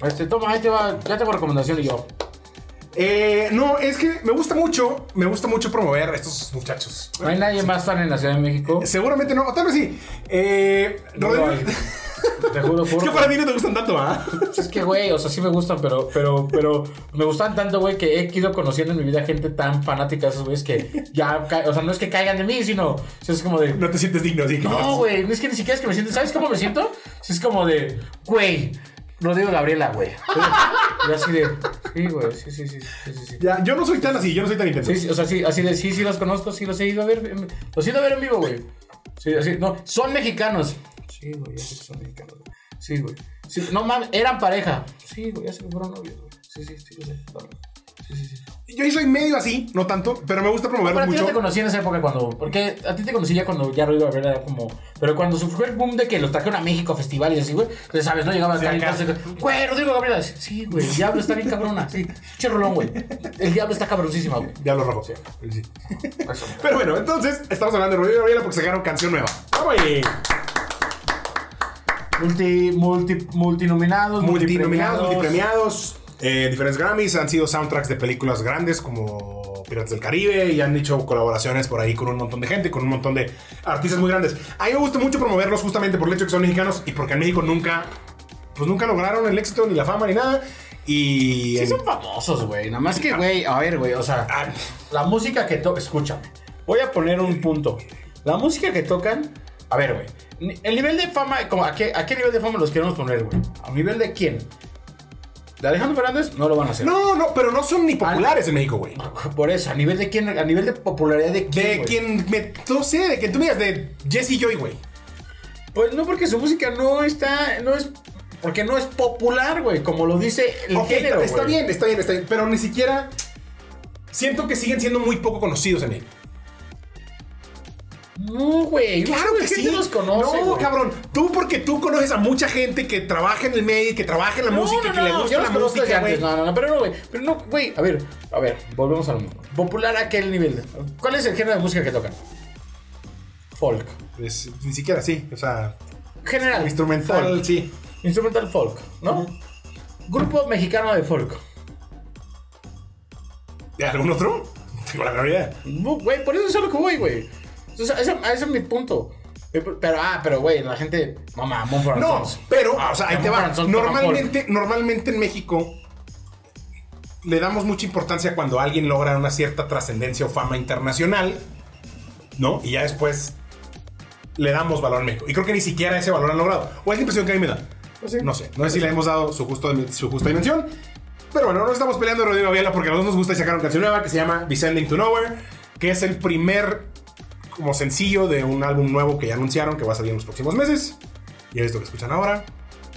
[SPEAKER 2] Este, toma, ahí te va, ya tengo recomendación y yo.
[SPEAKER 1] Eh, no, es que me gusta mucho, me gusta mucho promover a estos muchachos.
[SPEAKER 2] No hay nadie más fan en la Ciudad de México.
[SPEAKER 1] Seguramente no, o tal vez sí. Eh,
[SPEAKER 2] No lo
[SPEAKER 1] Rodrigo-
[SPEAKER 2] hay. Te juro,
[SPEAKER 1] es
[SPEAKER 2] juro. pues,
[SPEAKER 1] que para ti no te gustan tanto, ¿ah?
[SPEAKER 2] Es que, güey, o sea, sí me gustan, pero, pero, pero me gustan tanto, güey, que he ido conociendo en mi vida gente tan fanática de esos güeyes que ya, ca- o sea, no es que caigan de mí, sino, o sea, es como de,
[SPEAKER 1] No te sientes digno, así que
[SPEAKER 2] No, güey, es que ni siquiera es que me siento. ¿Sabes cómo me siento? Si es como de, güey, Rodrigo Gabriela, güey. Yo así de, sí, güey, sí, sí, sí, sí, sí, sí.
[SPEAKER 1] Ya, yo no soy tan así, yo no soy tan intenso.
[SPEAKER 2] Sí, sí, o sea, sí, así de, sí, sí los conozco, sí los he ido a ver, en- los he ido a ver en vivo, güey. Sí, así, no, son mexicanos. Sí, güey, ya sé que son mexicanos. güey. Sí, güey. Sí, no mames, eran pareja. Sí, güey, ya sé que fueron novios, güey. Sí, sí, sí, lo sé. lo sé. Sí, sí, sí.
[SPEAKER 1] Yo soy medio así, no tanto, pero me gusta
[SPEAKER 2] Pero
[SPEAKER 1] promoverlos
[SPEAKER 2] a ti no te
[SPEAKER 1] mucho.
[SPEAKER 2] conocí en esa época cuando. Porque a ti te conocí ya cuando ya Rodrigo Gabriela era como. Pero cuando surgió el boom de que los trajeron a México a festivales y así, güey. Entonces, ¿sabes? No llegaba acá y
[SPEAKER 1] acá.
[SPEAKER 2] entonces, Güey, Rodrigo Gabriela. Sí, güey, el diablo está bien cabrona. Sí, che rolón, güey. El diablo está cabroncísima, güey.
[SPEAKER 1] Ya lo rojo. Sí.
[SPEAKER 2] Eso.
[SPEAKER 1] Pero bueno, entonces estamos hablando de Rodrigo Gabriela porque sacaron canción nueva. ¡Vamos ahí!
[SPEAKER 2] Multi, multi, multinominados,
[SPEAKER 1] Multinominados,
[SPEAKER 2] multipremiados.
[SPEAKER 1] multipremiados. eh, diferentes Grammys han sido soundtracks de películas grandes como Piratas del Caribe y han hecho colaboraciones por ahí con un montón de gente, con un montón de artistas muy grandes. A mí me gusta mucho promoverlos justamente por el hecho de que son mexicanos y porque en México nunca, pues nunca lograron el éxito ni la fama ni nada. Y
[SPEAKER 2] Sí,
[SPEAKER 1] en-
[SPEAKER 2] son famosos, güey. Nada más que, güey, a ver, güey, o sea.
[SPEAKER 1] Ah,
[SPEAKER 2] La música que tocan, escúchame, voy a poner un punto. La música que tocan, a ver, güey, ni- el nivel de fama, como, ¿a, qué, ¿a qué nivel de fama los queremos poner, güey? ¿A nivel de quién? ¿De Alejandro Fernández? No lo van a hacer.
[SPEAKER 1] no, no, pero no
[SPEAKER 2] Ah,
[SPEAKER 1] son ni populares en México, güey.
[SPEAKER 2] Por eso, ¿a nivel de quién? ¿A nivel de popularidad de quién?
[SPEAKER 1] De
[SPEAKER 2] Ah, güey?
[SPEAKER 1] quien me. No sé, de quien tú me digas, de Jesse Joy, güey.
[SPEAKER 2] Pues no, porque su música no está, no es, porque no es popular, güey, como lo dice el
[SPEAKER 1] Ok,
[SPEAKER 2] género,
[SPEAKER 1] está
[SPEAKER 2] güey.
[SPEAKER 1] bien, está bien, está bien. Pero ni siquiera. Siento que siguen siendo muy poco conocidos en México.
[SPEAKER 2] No, güey,
[SPEAKER 1] Claro que
[SPEAKER 2] ¿quién
[SPEAKER 1] sí.
[SPEAKER 2] te los conoce,
[SPEAKER 1] no,
[SPEAKER 2] güey?
[SPEAKER 1] cabrón. Tú porque tú conoces a mucha gente que trabaja en el medio, que trabaja en la música, que le gusta
[SPEAKER 2] yo los
[SPEAKER 1] la
[SPEAKER 2] conozco desde
[SPEAKER 1] música,
[SPEAKER 2] antes.
[SPEAKER 1] güey.
[SPEAKER 2] No, no, no, pero no, güey. Pero no, güey. A ver, a ver, volvemos a lo mismo. Popular a aquel nivel. ¿Cuál es el género de música que tocan? Folk.
[SPEAKER 1] Es- ni siquiera sí, o sea,
[SPEAKER 2] General.
[SPEAKER 1] instrumental,
[SPEAKER 2] Folk.
[SPEAKER 1] sí.
[SPEAKER 2] Instrumental folk, ¿no? Grupo mexicano de folk.
[SPEAKER 1] ¿De algún otro? Tengo la menor idea.
[SPEAKER 2] No, güey, por eso es a lo que voy, güey. O sea, ese, ese es mi punto. Pero, ah, pero, güey, la gente. Mamá, Mumford
[SPEAKER 1] No,
[SPEAKER 2] Sons.
[SPEAKER 1] pero, ah, o sea, ahí te va.
[SPEAKER 2] Ramón Franzón,
[SPEAKER 1] Normalmente, normalmente en México le damos mucha importancia cuando alguien logra una cierta trascendencia o fama internacional, ¿no? Y ya después le damos valor en México. Y creo que ni siquiera ese valor han logrado. O es la impresión que a mí me da. No sé, no sé si le hemos dado su, justo, su justa dimensión. Pero bueno, no nos estamos peleando de Rodrigo Gabriela porque a los dos nos gusta y sacaron canción nueva que se llama Descending to Nowhere, que es el primer como sencillo de un álbum nuevo que ya anunciaron que va a salir en los próximos meses. Y es lo que escuchan ahora.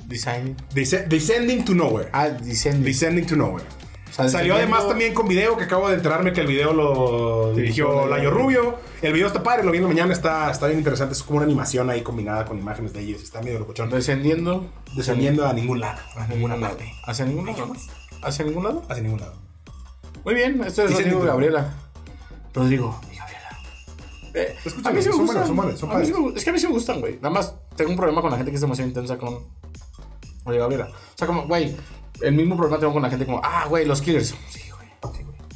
[SPEAKER 5] Design.
[SPEAKER 1] Dese- Descending to Nowhere.
[SPEAKER 5] Ah, diseño.
[SPEAKER 1] Descending to Nowhere.
[SPEAKER 2] sea, dependiendo-
[SPEAKER 1] Salió además también con video, que acabo de enterarme que el video lo dirigió Layo Rubio. El video está padre, lo vi en la mañana, está, está bien interesante. Es como una animación ahí combinada con imágenes de ellos. Está medio locochón.
[SPEAKER 2] Descendiendo.
[SPEAKER 1] Descendiendo a ningún lado, a ninguna parte.
[SPEAKER 2] Mm. ¿Hacia ningún lado? ¿Hacia ningún lado?
[SPEAKER 1] Hacia ningún lado.
[SPEAKER 2] Muy bien, esto es Rodrigo
[SPEAKER 1] Dice Nintendo.
[SPEAKER 2] Gabriela. Rodrigo y Gabriela. Eh,
[SPEAKER 1] Escúchame,
[SPEAKER 2] a mí sí me
[SPEAKER 1] son
[SPEAKER 2] gustan.
[SPEAKER 1] buenas, son buenas, son
[SPEAKER 2] A mí sí
[SPEAKER 1] padres.
[SPEAKER 2] me gu- es que a mí sí me gustan, güey. Nada más tengo un problema con la gente que es demasiado intensa con Oye Gabriela. O sea, como, güey, el mismo problema tengo con la gente como, ah, güey, los killers. Sí, güey,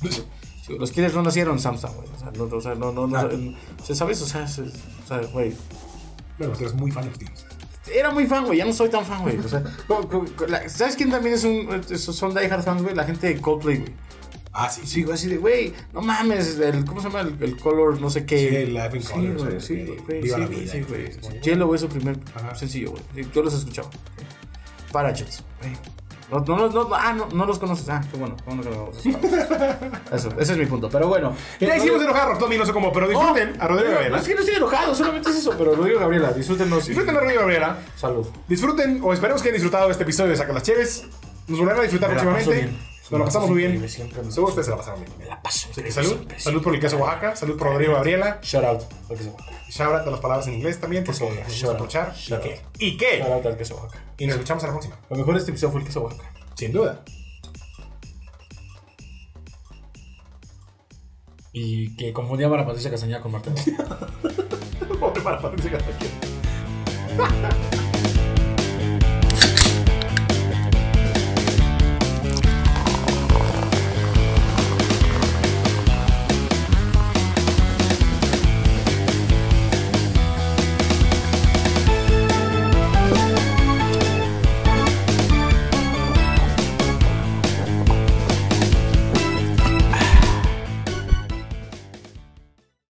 [SPEAKER 2] Pues sí, güey. Sí, los killers no nacieron Samsung, güey. O sea, no, o sea, no, no, no.
[SPEAKER 1] Ah.
[SPEAKER 2] o sea, ¿Sabes? O sea, se- o sea, güey.
[SPEAKER 1] Bueno, tú eres muy fan de los tíos.
[SPEAKER 2] Era muy fan, güey. Ya no soy tan fan, güey. O sea, co- co- co- la- ¿sabes quién también es un. es- Son diehard fans, güey? La gente de Coldplay, güey.
[SPEAKER 1] Ah, sí.
[SPEAKER 2] Sí, güey, así de, güey, no mames, el, ¿cómo se llama? El, el color, no sé qué.
[SPEAKER 1] Sí, el Life in
[SPEAKER 2] Sí,
[SPEAKER 1] Color,
[SPEAKER 2] güey,
[SPEAKER 1] sí,
[SPEAKER 2] sí,
[SPEAKER 1] sí,
[SPEAKER 2] güey,
[SPEAKER 1] Viva
[SPEAKER 2] sí,
[SPEAKER 1] la
[SPEAKER 2] güey,
[SPEAKER 1] vida,
[SPEAKER 2] sí,
[SPEAKER 1] güey,
[SPEAKER 2] güey.
[SPEAKER 1] sí.
[SPEAKER 2] Sí, Yellow, güey, su primer
[SPEAKER 1] Ajá.
[SPEAKER 2] sencillo, güey. Sí, Yo los escuchaba. Parachutes, güey. No, no, no, no, ah, no, no los conoces. Ah, qué bueno, qué bueno que no los conoces. Eso, ese es mi punto. Pero bueno. Eh,
[SPEAKER 1] Ya
[SPEAKER 2] no-
[SPEAKER 1] hicimos enojar a Rotomi, no sé cómo, pero disfruten
[SPEAKER 2] Oh,
[SPEAKER 1] a Rodrigo
[SPEAKER 2] no,
[SPEAKER 1] Gabriela.
[SPEAKER 2] Es que no estoy enojado, solamente es eso. Pero Rodrigo Gabriela, disfrútenos.
[SPEAKER 1] Disfruten a Rodrigo Gabriela.
[SPEAKER 2] Salud.
[SPEAKER 1] Disfruten, o esperemos que hayan disfrutado este episodio de Saca las Cheves. Nos volverán a disfrutar
[SPEAKER 2] Me la
[SPEAKER 1] próximamente.
[SPEAKER 2] paso bien.
[SPEAKER 1] Nos la pasamos muy bien.
[SPEAKER 2] Increíble, siempre me-
[SPEAKER 1] Seguro ustedes se la pasaron bien.
[SPEAKER 2] Me la paso.
[SPEAKER 1] Así que
[SPEAKER 2] increíble,
[SPEAKER 1] salud.
[SPEAKER 2] siempre,
[SPEAKER 1] Salud por el caso Oaxaca. Salud por Rodrigo Gabriela.
[SPEAKER 2] Shout out al queso Oaxaca.
[SPEAKER 1] Shout out a las palabras en inglés también, porque nos gusta
[SPEAKER 2] Shout out.
[SPEAKER 1] escuchar.
[SPEAKER 2] Shout
[SPEAKER 1] ¿Y qué?
[SPEAKER 2] out.
[SPEAKER 1] ¿Y
[SPEAKER 2] Shout
[SPEAKER 1] qué?
[SPEAKER 2] out al queso Oaxaca.
[SPEAKER 1] Y nos escuchamos a la próxima.
[SPEAKER 2] Lo mejor de este episodio fue el queso Oaxaca.
[SPEAKER 1] Sin duda.
[SPEAKER 2] Y que confundía a Mara Patricia Castañeda con Marta.
[SPEAKER 1] Pobre para para que se gasta aquí.